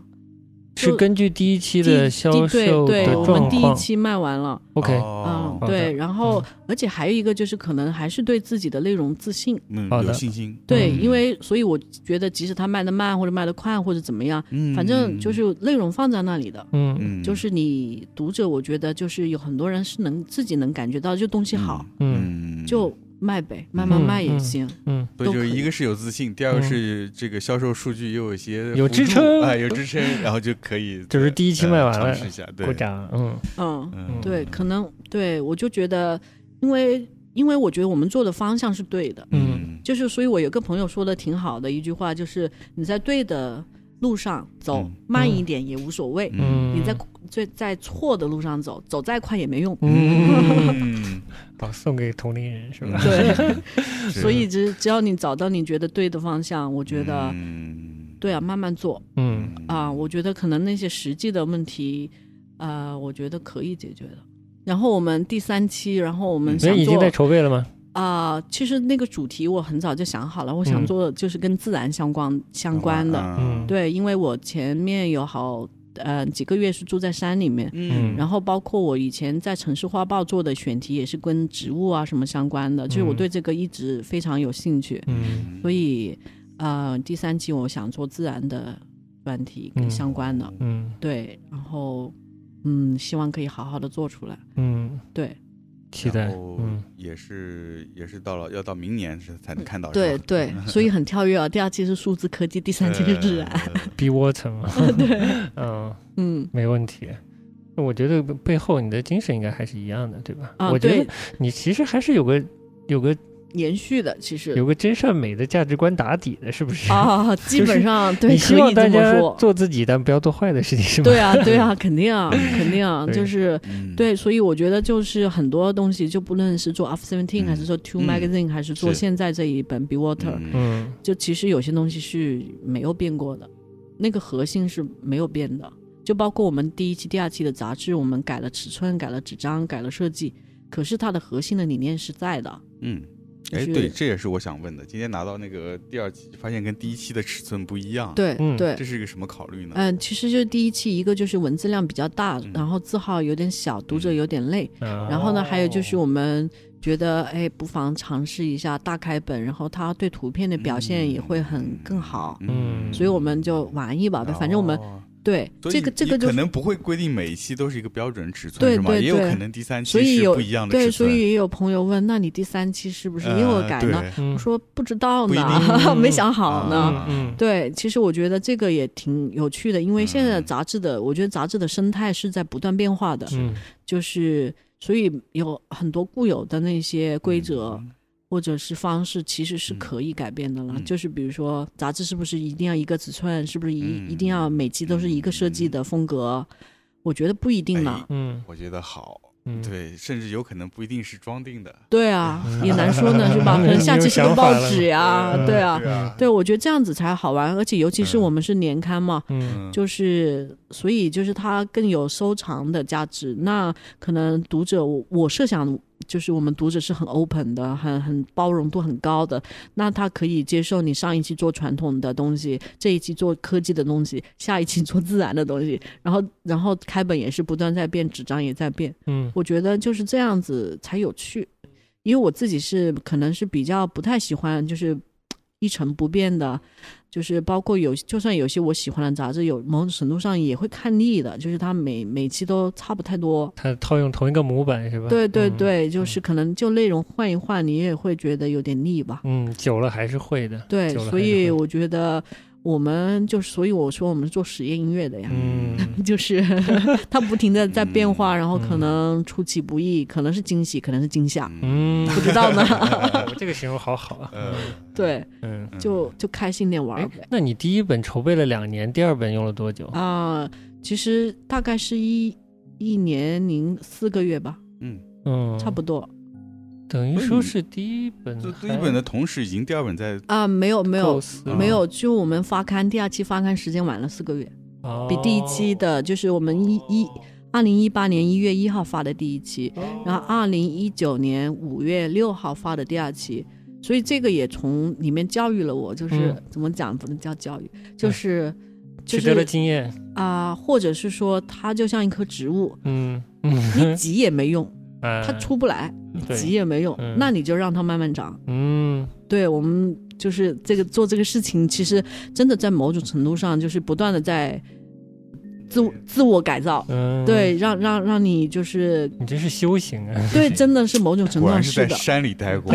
Speaker 2: 是
Speaker 3: 就
Speaker 2: 根据第一期
Speaker 3: 第
Speaker 2: 的
Speaker 3: 第
Speaker 2: 销售的
Speaker 3: 对对，我
Speaker 2: 状
Speaker 3: 们第一
Speaker 2: 况
Speaker 3: 期卖完了，
Speaker 2: ？OK，
Speaker 3: 嗯
Speaker 4: 哦，
Speaker 2: 好的
Speaker 3: 对，然后
Speaker 2: 嗯
Speaker 3: 而且还有一个就是可能还是对自己的内容自信，
Speaker 4: 嗯，
Speaker 2: 好
Speaker 4: 有
Speaker 2: 的
Speaker 4: 信心，
Speaker 3: 对，
Speaker 2: 嗯
Speaker 3: 因为所以我觉得即使它卖的慢或者卖的快或者怎么样，
Speaker 4: 嗯，
Speaker 3: 反正就是内容放在那里的。
Speaker 2: 嗯
Speaker 4: 嗯，
Speaker 3: 就是你读者，我觉得就是有很多人是能自己能感觉到，就东西好、
Speaker 2: 嗯
Speaker 4: 嗯，嗯，
Speaker 3: 就卖呗，慢
Speaker 2: 嗯
Speaker 3: 慢卖也
Speaker 2: 嗯
Speaker 3: 行。
Speaker 2: 嗯，
Speaker 4: 对，
Speaker 3: 都
Speaker 4: 就
Speaker 3: 可
Speaker 4: 一
Speaker 3: 以
Speaker 4: 个是有自信，第二个
Speaker 2: 嗯
Speaker 4: 是这个销售数据也有一些
Speaker 2: 有
Speaker 4: 辅
Speaker 2: 支
Speaker 4: 助
Speaker 2: 撑
Speaker 4: 啊，有支撑，然后就可以
Speaker 2: 就是第一期
Speaker 4: 呃
Speaker 2: 卖完
Speaker 4: 尝
Speaker 2: 了
Speaker 4: 试一下，对
Speaker 2: 鼓，掌，嗯
Speaker 3: 嗯，
Speaker 4: 嗯，
Speaker 3: 对，可能对我就觉得，因为因为我觉得我们做的方向是对的，
Speaker 2: 嗯
Speaker 3: 就是所以我有个朋友说的挺好的一句话，就是你在对的路上走、
Speaker 4: 嗯
Speaker 3: 慢一点也无所谓，
Speaker 2: 嗯，
Speaker 3: 你在在在错的路上走，走再快也没用。
Speaker 2: 嗯，
Speaker 4: 嗯，
Speaker 2: 好送给同龄人是吧？
Speaker 3: 对，
Speaker 4: 是
Speaker 3: 所以只只要你找到你觉得对的方向，我觉得、
Speaker 4: 嗯
Speaker 3: 对啊，慢慢做
Speaker 2: 嗯，
Speaker 3: 啊、我觉得可能那些实际的问题，呃，我觉得可以解决的。然后我们第三期，然后我们
Speaker 2: 嗯所
Speaker 3: 嗯想
Speaker 2: 以已经
Speaker 3: 做
Speaker 2: 在筹备了吗？
Speaker 3: 啊、其实那个主题我很早就想好了，我想
Speaker 2: 嗯
Speaker 3: 做的就是跟自然相关、相关的。
Speaker 2: 嗯，，
Speaker 3: 对，因为我前面有好呃几个月是住在山里面，
Speaker 4: 嗯
Speaker 2: 嗯
Speaker 3: 然后包括我以前在城市画报做的选题也是跟植物啊什么相关的，就是我
Speaker 2: 嗯
Speaker 3: 对这个一直非常有兴趣，
Speaker 2: 嗯
Speaker 3: 所以呃第三期我想做自然的专题跟
Speaker 2: 嗯
Speaker 3: 相关的，
Speaker 2: 嗯
Speaker 3: 对，然后嗯希望可以好好的做出来，
Speaker 2: 嗯，
Speaker 3: 对
Speaker 2: 期待，
Speaker 4: 然后
Speaker 2: 嗯
Speaker 4: 也是也是到了要到明年是才能看到，
Speaker 3: 嗯对 对，所以很跳跃啊，第二期是数字科技，第三期是自然，
Speaker 4: 然，
Speaker 2: ，Be Water 嘛， 对，啊 嗯，
Speaker 3: 嗯
Speaker 2: 没问题。那我觉得背后你的精神应该还是一样的，对吧？
Speaker 3: 啊
Speaker 2: 我觉
Speaker 3: 对
Speaker 2: 得，你其实还是有个有个
Speaker 3: 延续的其实
Speaker 2: 有个真善美的价值观打底的，是不是？
Speaker 3: 啊，基
Speaker 2: 就
Speaker 3: 本
Speaker 2: 是
Speaker 3: 上对，
Speaker 2: 你
Speaker 3: 可
Speaker 2: 希望
Speaker 3: 以
Speaker 2: 大
Speaker 3: 这么
Speaker 2: 家
Speaker 3: 说。
Speaker 2: 做自己，但不要做坏的事情，是吧？
Speaker 3: 对啊，对啊， 肯定啊，肯定啊，
Speaker 2: 对
Speaker 3: 就是
Speaker 4: 嗯，
Speaker 3: 对，所以我觉得就是很多东西，就不论是做 After Seventeen，、
Speaker 4: 嗯
Speaker 3: 还是做 Two
Speaker 4: 嗯
Speaker 3: Magazine，、还是做
Speaker 4: 是
Speaker 3: 现在这一本 Be Water，、
Speaker 4: 嗯，
Speaker 2: 嗯
Speaker 3: 就其实有些东西是没有变过的，那个核心是没有变的。就包括我们第一期、第二期的杂志，我们改了尺寸，改了纸张，改了设计，可是它的核心的理念是在的。
Speaker 4: 嗯。
Speaker 3: 就
Speaker 4: 哎，
Speaker 3: 是
Speaker 4: 对，这也是我想问的。今天拿到那个第二期，发现跟第一期的尺寸不一样，
Speaker 3: 对
Speaker 2: 嗯
Speaker 3: 对
Speaker 4: 这，是一个什么考虑呢？
Speaker 3: 嗯，其实就是第一期，一个就是文字量比较大
Speaker 4: 嗯，
Speaker 3: 然后字号有点小，读者
Speaker 4: 嗯
Speaker 3: 有点累。
Speaker 2: 啊
Speaker 3: 然后呢，还有就是
Speaker 4: 哦
Speaker 3: 我们觉得，哎，不妨尝试一下大开本，然后它对图片的表
Speaker 4: 嗯
Speaker 3: 现也会很更好，
Speaker 2: 嗯
Speaker 3: 所以我们就玩一把呗。反正我们
Speaker 4: 哦
Speaker 3: 对
Speaker 4: 所以
Speaker 3: 这个这个
Speaker 4: 你
Speaker 3: 就
Speaker 4: 可
Speaker 3: 是
Speaker 4: 能不会规定每一期都是一个标准尺寸，
Speaker 3: 对
Speaker 4: 是吗？
Speaker 3: 对
Speaker 4: 也有
Speaker 3: 对
Speaker 4: 可能第三
Speaker 3: 所
Speaker 4: 期
Speaker 3: 以
Speaker 4: 是
Speaker 3: 有
Speaker 4: 不一样的
Speaker 3: 对，
Speaker 4: 尺寸，
Speaker 3: 所以也有朋友问，那你第三期是不是又
Speaker 4: 呃
Speaker 3: 改呢？？
Speaker 4: 对
Speaker 2: 嗯
Speaker 3: 我说不知道
Speaker 4: 不一
Speaker 3: 呢，
Speaker 2: 定
Speaker 3: 没想好呢。
Speaker 4: 啊
Speaker 2: 嗯嗯
Speaker 3: 对，其实我觉得这个也挺有趣的，因为现在的
Speaker 4: 嗯
Speaker 3: 杂志的，我觉得杂志的生态是在不断变化的，
Speaker 2: 嗯
Speaker 3: 就是所以有很多固有的那些规则。或者是方式，其实是
Speaker 4: 嗯
Speaker 3: 可以改变的了。
Speaker 4: 嗯
Speaker 3: 就是比如说，杂志是不是一定要一个尺寸？是不是一、
Speaker 4: 嗯
Speaker 3: 一定要每期都是一个设计的风格？我觉得不一定
Speaker 4: 哎
Speaker 3: 呢。
Speaker 2: 嗯
Speaker 4: 我觉得好，
Speaker 2: 嗯，
Speaker 4: 对，甚至有可能不一定是装订的，
Speaker 3: 对啊，
Speaker 2: 嗯
Speaker 3: 也难说呢，是吧？
Speaker 2: 嗯
Speaker 3: 可能下期是个报纸呀、
Speaker 2: 嗯
Speaker 3: 对啊
Speaker 4: 对，啊，
Speaker 3: 对，我觉得这样子才好玩。而且尤其是
Speaker 4: 嗯
Speaker 3: 我们是年刊嘛，
Speaker 2: 嗯
Speaker 4: 嗯，
Speaker 3: 就是所以就是它更有收藏的价值。那可能读者，我我设想就是我们读者是很 open 的，很很包容度很高的。那他可以接受你上一期做传统的东西，这一期做科技的东西，下一期做自然的东西。然后，然后开本也是不断在变，纸张也在变。
Speaker 2: 嗯
Speaker 3: 我觉得就是这样子才有趣，因为我自己是可能是比较不太喜欢就是一成不变的，就是包括有就算有些我喜欢的杂志，有某种程度上也会看腻的，就是它每每期都差不太多。
Speaker 2: 他套用同一个模板是吧？
Speaker 3: 对对
Speaker 2: 嗯，
Speaker 3: 对，就是可能就内容换一换，你也会觉得有点腻吧。
Speaker 2: 嗯，久了还是会的。
Speaker 3: 对
Speaker 2: 久了，还
Speaker 3: 所
Speaker 2: 是
Speaker 3: 以
Speaker 2: 会
Speaker 3: 我觉得我们就所以我说我们是做实验音乐的呀。
Speaker 2: 嗯，
Speaker 3: 就是 它不停的在变化，
Speaker 4: 嗯
Speaker 3: 然后可
Speaker 2: 嗯
Speaker 3: 能出其不意，可能是惊喜，可能是惊吓，
Speaker 2: 嗯，
Speaker 3: 不知道呢。
Speaker 2: 我这个形容好好啊。
Speaker 4: 呃，
Speaker 3: 对，
Speaker 2: 嗯，
Speaker 4: 嗯
Speaker 3: 就就开心点玩
Speaker 2: 哎
Speaker 3: 儿呗。，
Speaker 2: 那你第一本筹备了两年，第二本用了多久？
Speaker 3: 啊、其实大概是一一年零四个月吧，
Speaker 4: 嗯，
Speaker 2: 嗯，
Speaker 3: 差不多
Speaker 2: 等于
Speaker 4: 不是
Speaker 2: 说
Speaker 4: 你
Speaker 2: 是第一本还，
Speaker 4: 就第一本的同时，已经第二本在
Speaker 3: 啊、没有没有
Speaker 2: 构思
Speaker 4: 啊
Speaker 2: 了
Speaker 3: 没有，就我们发刊第二期发刊时间晚了四个月，
Speaker 2: 哦
Speaker 3: 比第一期，的，就是我们一一二零一八年一月一号发的第一期，
Speaker 2: 哦
Speaker 3: 然后二零一九年五月六号发的第二期。所以这个也从里面教育了我，就是、
Speaker 2: 嗯
Speaker 3: 怎么讲不能叫教育，就是就
Speaker 2: 取得了
Speaker 3: 是
Speaker 2: 经验。
Speaker 3: 啊、或者是说它就像一棵植物，
Speaker 2: 嗯嗯
Speaker 3: 你，挤也没用，
Speaker 2: 它
Speaker 3: 它出不来，你
Speaker 2: 对
Speaker 3: 急也没用
Speaker 2: 嗯，
Speaker 3: 那你就让它慢慢长。
Speaker 2: 嗯
Speaker 3: 对我们就是这个做这个事情，其实真的在某种程度上就是不断的在自我自我改造，
Speaker 2: 嗯，
Speaker 3: 对，，让让让你就是
Speaker 2: 你这是修行啊。
Speaker 3: 对，真的是某种程度
Speaker 4: 果
Speaker 3: 上
Speaker 4: 然是在
Speaker 3: 的，
Speaker 4: 山里待 过，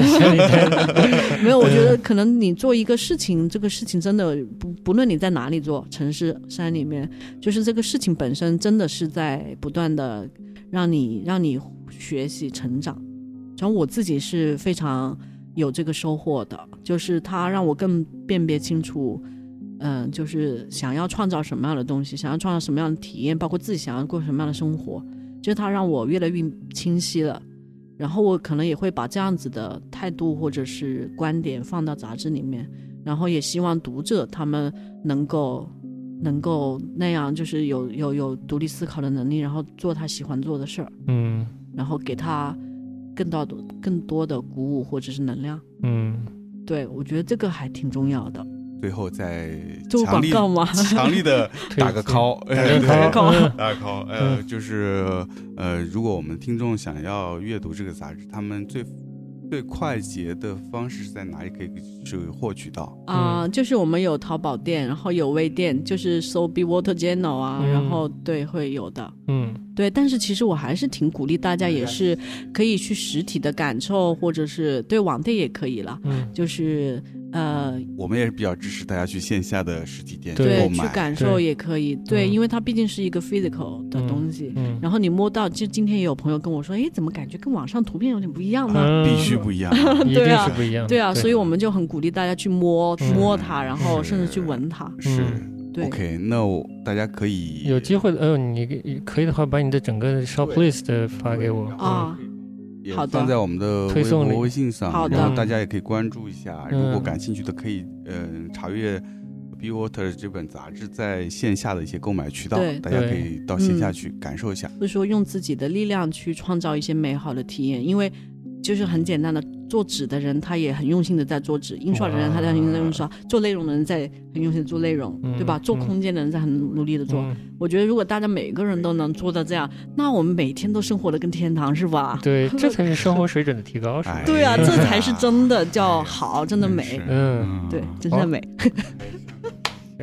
Speaker 3: 没有，我觉得可能你做一个事情，这个事情真的不不论你在哪里做，城市、山里面，就是这个事情本身真的是在不断的让你让你学习成长。然后我自己是非常有这个收获的，就是它让我更辨别清楚，嗯、就是想要创造什么样的东西，想要创造什么样的体验，包括自己想要过什么样的生活，就是它让我越来越清晰了。然后我可能也会把这样子的态度或者是观点放到杂志里面，然后也希望读者他们能够能够那样，就是有有有独立思考的能力，然后做他喜欢做的事儿，
Speaker 2: 嗯
Speaker 3: 然后给他更多的更多的鼓舞或者是能量。
Speaker 2: 嗯，
Speaker 3: 对我觉得这个还挺重要的，
Speaker 4: 最后再
Speaker 3: 做
Speaker 4: 强
Speaker 3: 广
Speaker 4: 力
Speaker 3: 告吗？
Speaker 4: 强力的
Speaker 2: 推
Speaker 4: 打个
Speaker 2: 荐，
Speaker 4: call，哎
Speaker 2: 打
Speaker 4: 对
Speaker 2: 个 call 嗯
Speaker 4: 大家好，呃，就是呃，如果我们听众想要阅读这个杂志，他们最最快捷的方式是在哪里可以去获取到？
Speaker 3: 啊、就是我们有淘宝店，然后有微店，就是搜 Be Water Channel 啊，
Speaker 2: 嗯
Speaker 3: 然后对会有的。
Speaker 2: 嗯
Speaker 3: 对，但是其实我还是挺鼓励大家，也是可以去实体的感受，或者是对网店也可以了。
Speaker 2: 嗯，
Speaker 3: 就是呃，
Speaker 4: 我们也是比较支持大家去线下的实体店
Speaker 2: 对
Speaker 4: 购
Speaker 3: 对，去
Speaker 4: 买。
Speaker 3: 感受
Speaker 2: 对
Speaker 3: 也可以。对，
Speaker 2: 嗯
Speaker 3: 因为它毕竟是一个 physical 的东西，
Speaker 2: 嗯，
Speaker 3: 然后你摸到，就今天也有朋友跟我说，哎，怎么感觉跟网上图片有点不一样呢？
Speaker 2: 嗯
Speaker 4: 必须不一样，
Speaker 2: 一
Speaker 3: 对
Speaker 2: 定
Speaker 3: 啊
Speaker 2: 是不一样的。
Speaker 3: 对啊，所以我们就很鼓励大家去摸
Speaker 2: 嗯
Speaker 3: 摸它，然后
Speaker 4: 是
Speaker 3: 甚至去闻它。
Speaker 4: 是
Speaker 3: 对
Speaker 4: OK。那我大家可以
Speaker 2: 有机会的，呃，你可以的话，把你的整个 shop list 发给我。
Speaker 3: 啊，
Speaker 4: 也
Speaker 3: 好的
Speaker 4: 放在我们的
Speaker 2: 推
Speaker 4: 微
Speaker 2: 送里
Speaker 4: 博、微信上，
Speaker 3: 好的
Speaker 4: 然后大家也可以关注一下。
Speaker 2: 嗯
Speaker 4: 如果感兴趣的，可以嗯、呃查阅《Be Water》这本杂志在线下的一些购买渠道
Speaker 3: 对，
Speaker 4: 大家可
Speaker 2: 对
Speaker 4: 以到线下
Speaker 3: 嗯
Speaker 4: 去感受一下。
Speaker 3: 所以说用自己的力量去创造一些美好的体验，因为就是很简单的，做纸的人他也很用心的在做纸，印刷的人他在很用心地在印刷，做内容的人在很用心地做内容，
Speaker 2: 嗯
Speaker 3: 对吧？做
Speaker 2: 嗯
Speaker 3: 空间的人在很努力的做。
Speaker 2: 嗯，
Speaker 3: 我觉得如果大家每个人都能做到这样，那我们每天都生活的跟天堂是吧？
Speaker 2: 对，这才是生活水准的提高，是吧
Speaker 4: 哎？
Speaker 3: 对啊，
Speaker 4: 呀
Speaker 3: 这才是真的叫好，真的美
Speaker 4: 是，啊
Speaker 2: 嗯，
Speaker 3: 对，真
Speaker 2: 好
Speaker 3: 的美。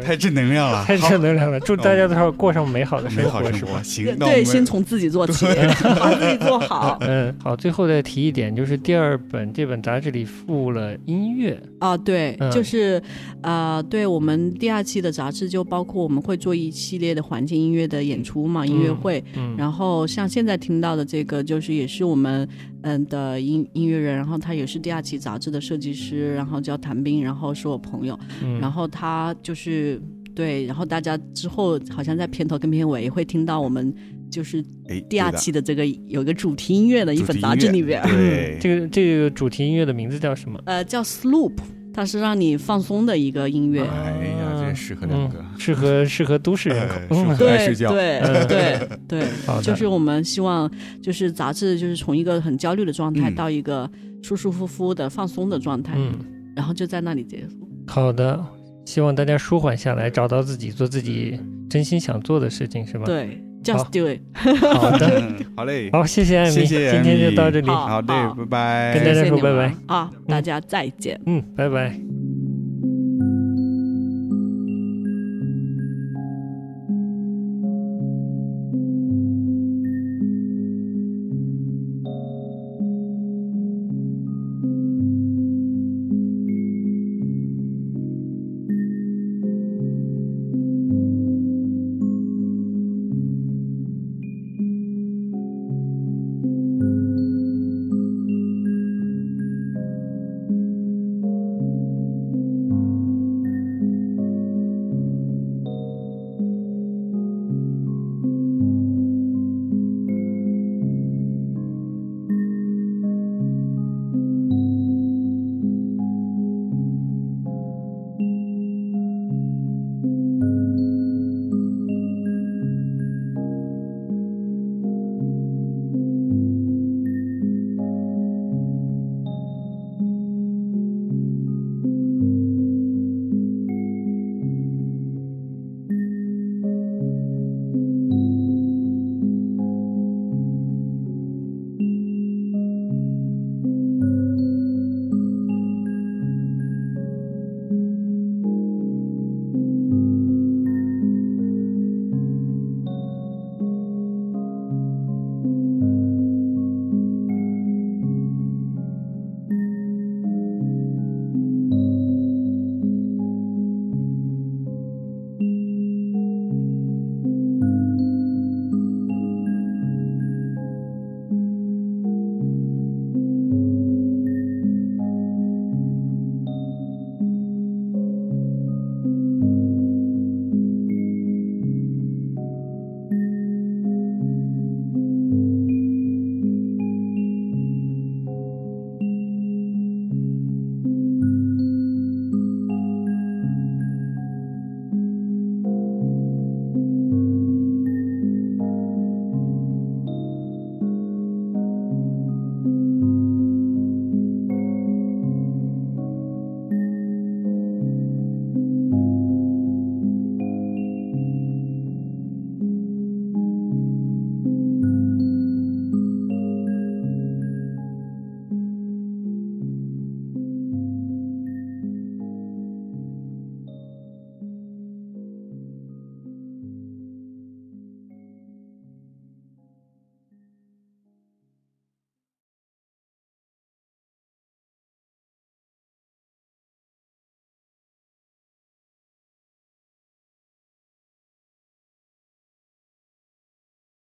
Speaker 4: 太正能量了，
Speaker 2: 太
Speaker 4: 好
Speaker 2: 正能量了，祝大家都要过上美好的
Speaker 4: 美
Speaker 2: 生
Speaker 4: 好
Speaker 2: 活，
Speaker 4: 生
Speaker 2: 是吧
Speaker 4: 活。？行，那我
Speaker 3: 对，
Speaker 4: 们
Speaker 3: 先从自己做起，把自己做好
Speaker 2: 嗯，好，最后再提一点，就是第二本这本杂志里附了音乐，
Speaker 3: 啊！对
Speaker 2: 嗯，
Speaker 3: 就是，呃，对我们第二期的杂志就包括我们会做一系列的环境音乐的演出嘛，音乐会。
Speaker 2: 嗯，
Speaker 3: 然后像现在听到的这个，就是也是我们嗯的音音乐人，然后他也是第二期杂志的设计师，然后叫谭斌，然后是我朋友，
Speaker 2: 嗯
Speaker 3: 然后他就是对，然后大家之后好像在片头跟片尾也会听到我们就是
Speaker 4: 哎
Speaker 3: 第二
Speaker 4: 对的
Speaker 3: 期的这个有一个主题音乐的一
Speaker 4: 主
Speaker 3: 本
Speaker 4: 题
Speaker 3: 杂
Speaker 4: 音
Speaker 3: 志
Speaker 4: 乐
Speaker 3: 里边，
Speaker 4: 对，
Speaker 2: 这个这个主题音乐的名字叫什么？
Speaker 3: 呃，叫 Sloop，它是让你放松的一个音乐。
Speaker 4: 哎呀，这很适合两个，
Speaker 2: 嗯适合适合都市人口
Speaker 4: 哎。
Speaker 2: 嗯
Speaker 4: 是，很爱
Speaker 3: 对
Speaker 4: 睡觉
Speaker 3: 对
Speaker 2: 嗯
Speaker 3: 对对，
Speaker 2: 好的
Speaker 3: 就是我们希望，就是杂志就是从一个很焦虑的状态
Speaker 4: 嗯
Speaker 3: 到一个舒舒服服的放松的状态，
Speaker 2: 嗯，
Speaker 3: 然后就在那里结束。
Speaker 2: 好的，希望大家舒缓下来，找到自己，做自己真心想做的事情，是吧？，
Speaker 3: 对
Speaker 2: 好
Speaker 3: ，just do it。
Speaker 2: 好的，
Speaker 4: 嗯好嘞，
Speaker 2: 好，谢谢艾米，
Speaker 4: 谢谢艾
Speaker 2: 今
Speaker 4: 米
Speaker 2: 天就到这里，
Speaker 3: 好
Speaker 4: 好嘞
Speaker 3: 好，
Speaker 4: 拜拜，
Speaker 2: 跟大家
Speaker 3: 谢谢
Speaker 2: 说
Speaker 3: 你们
Speaker 2: 拜
Speaker 3: 啊，大家再见。
Speaker 2: 嗯，拜拜。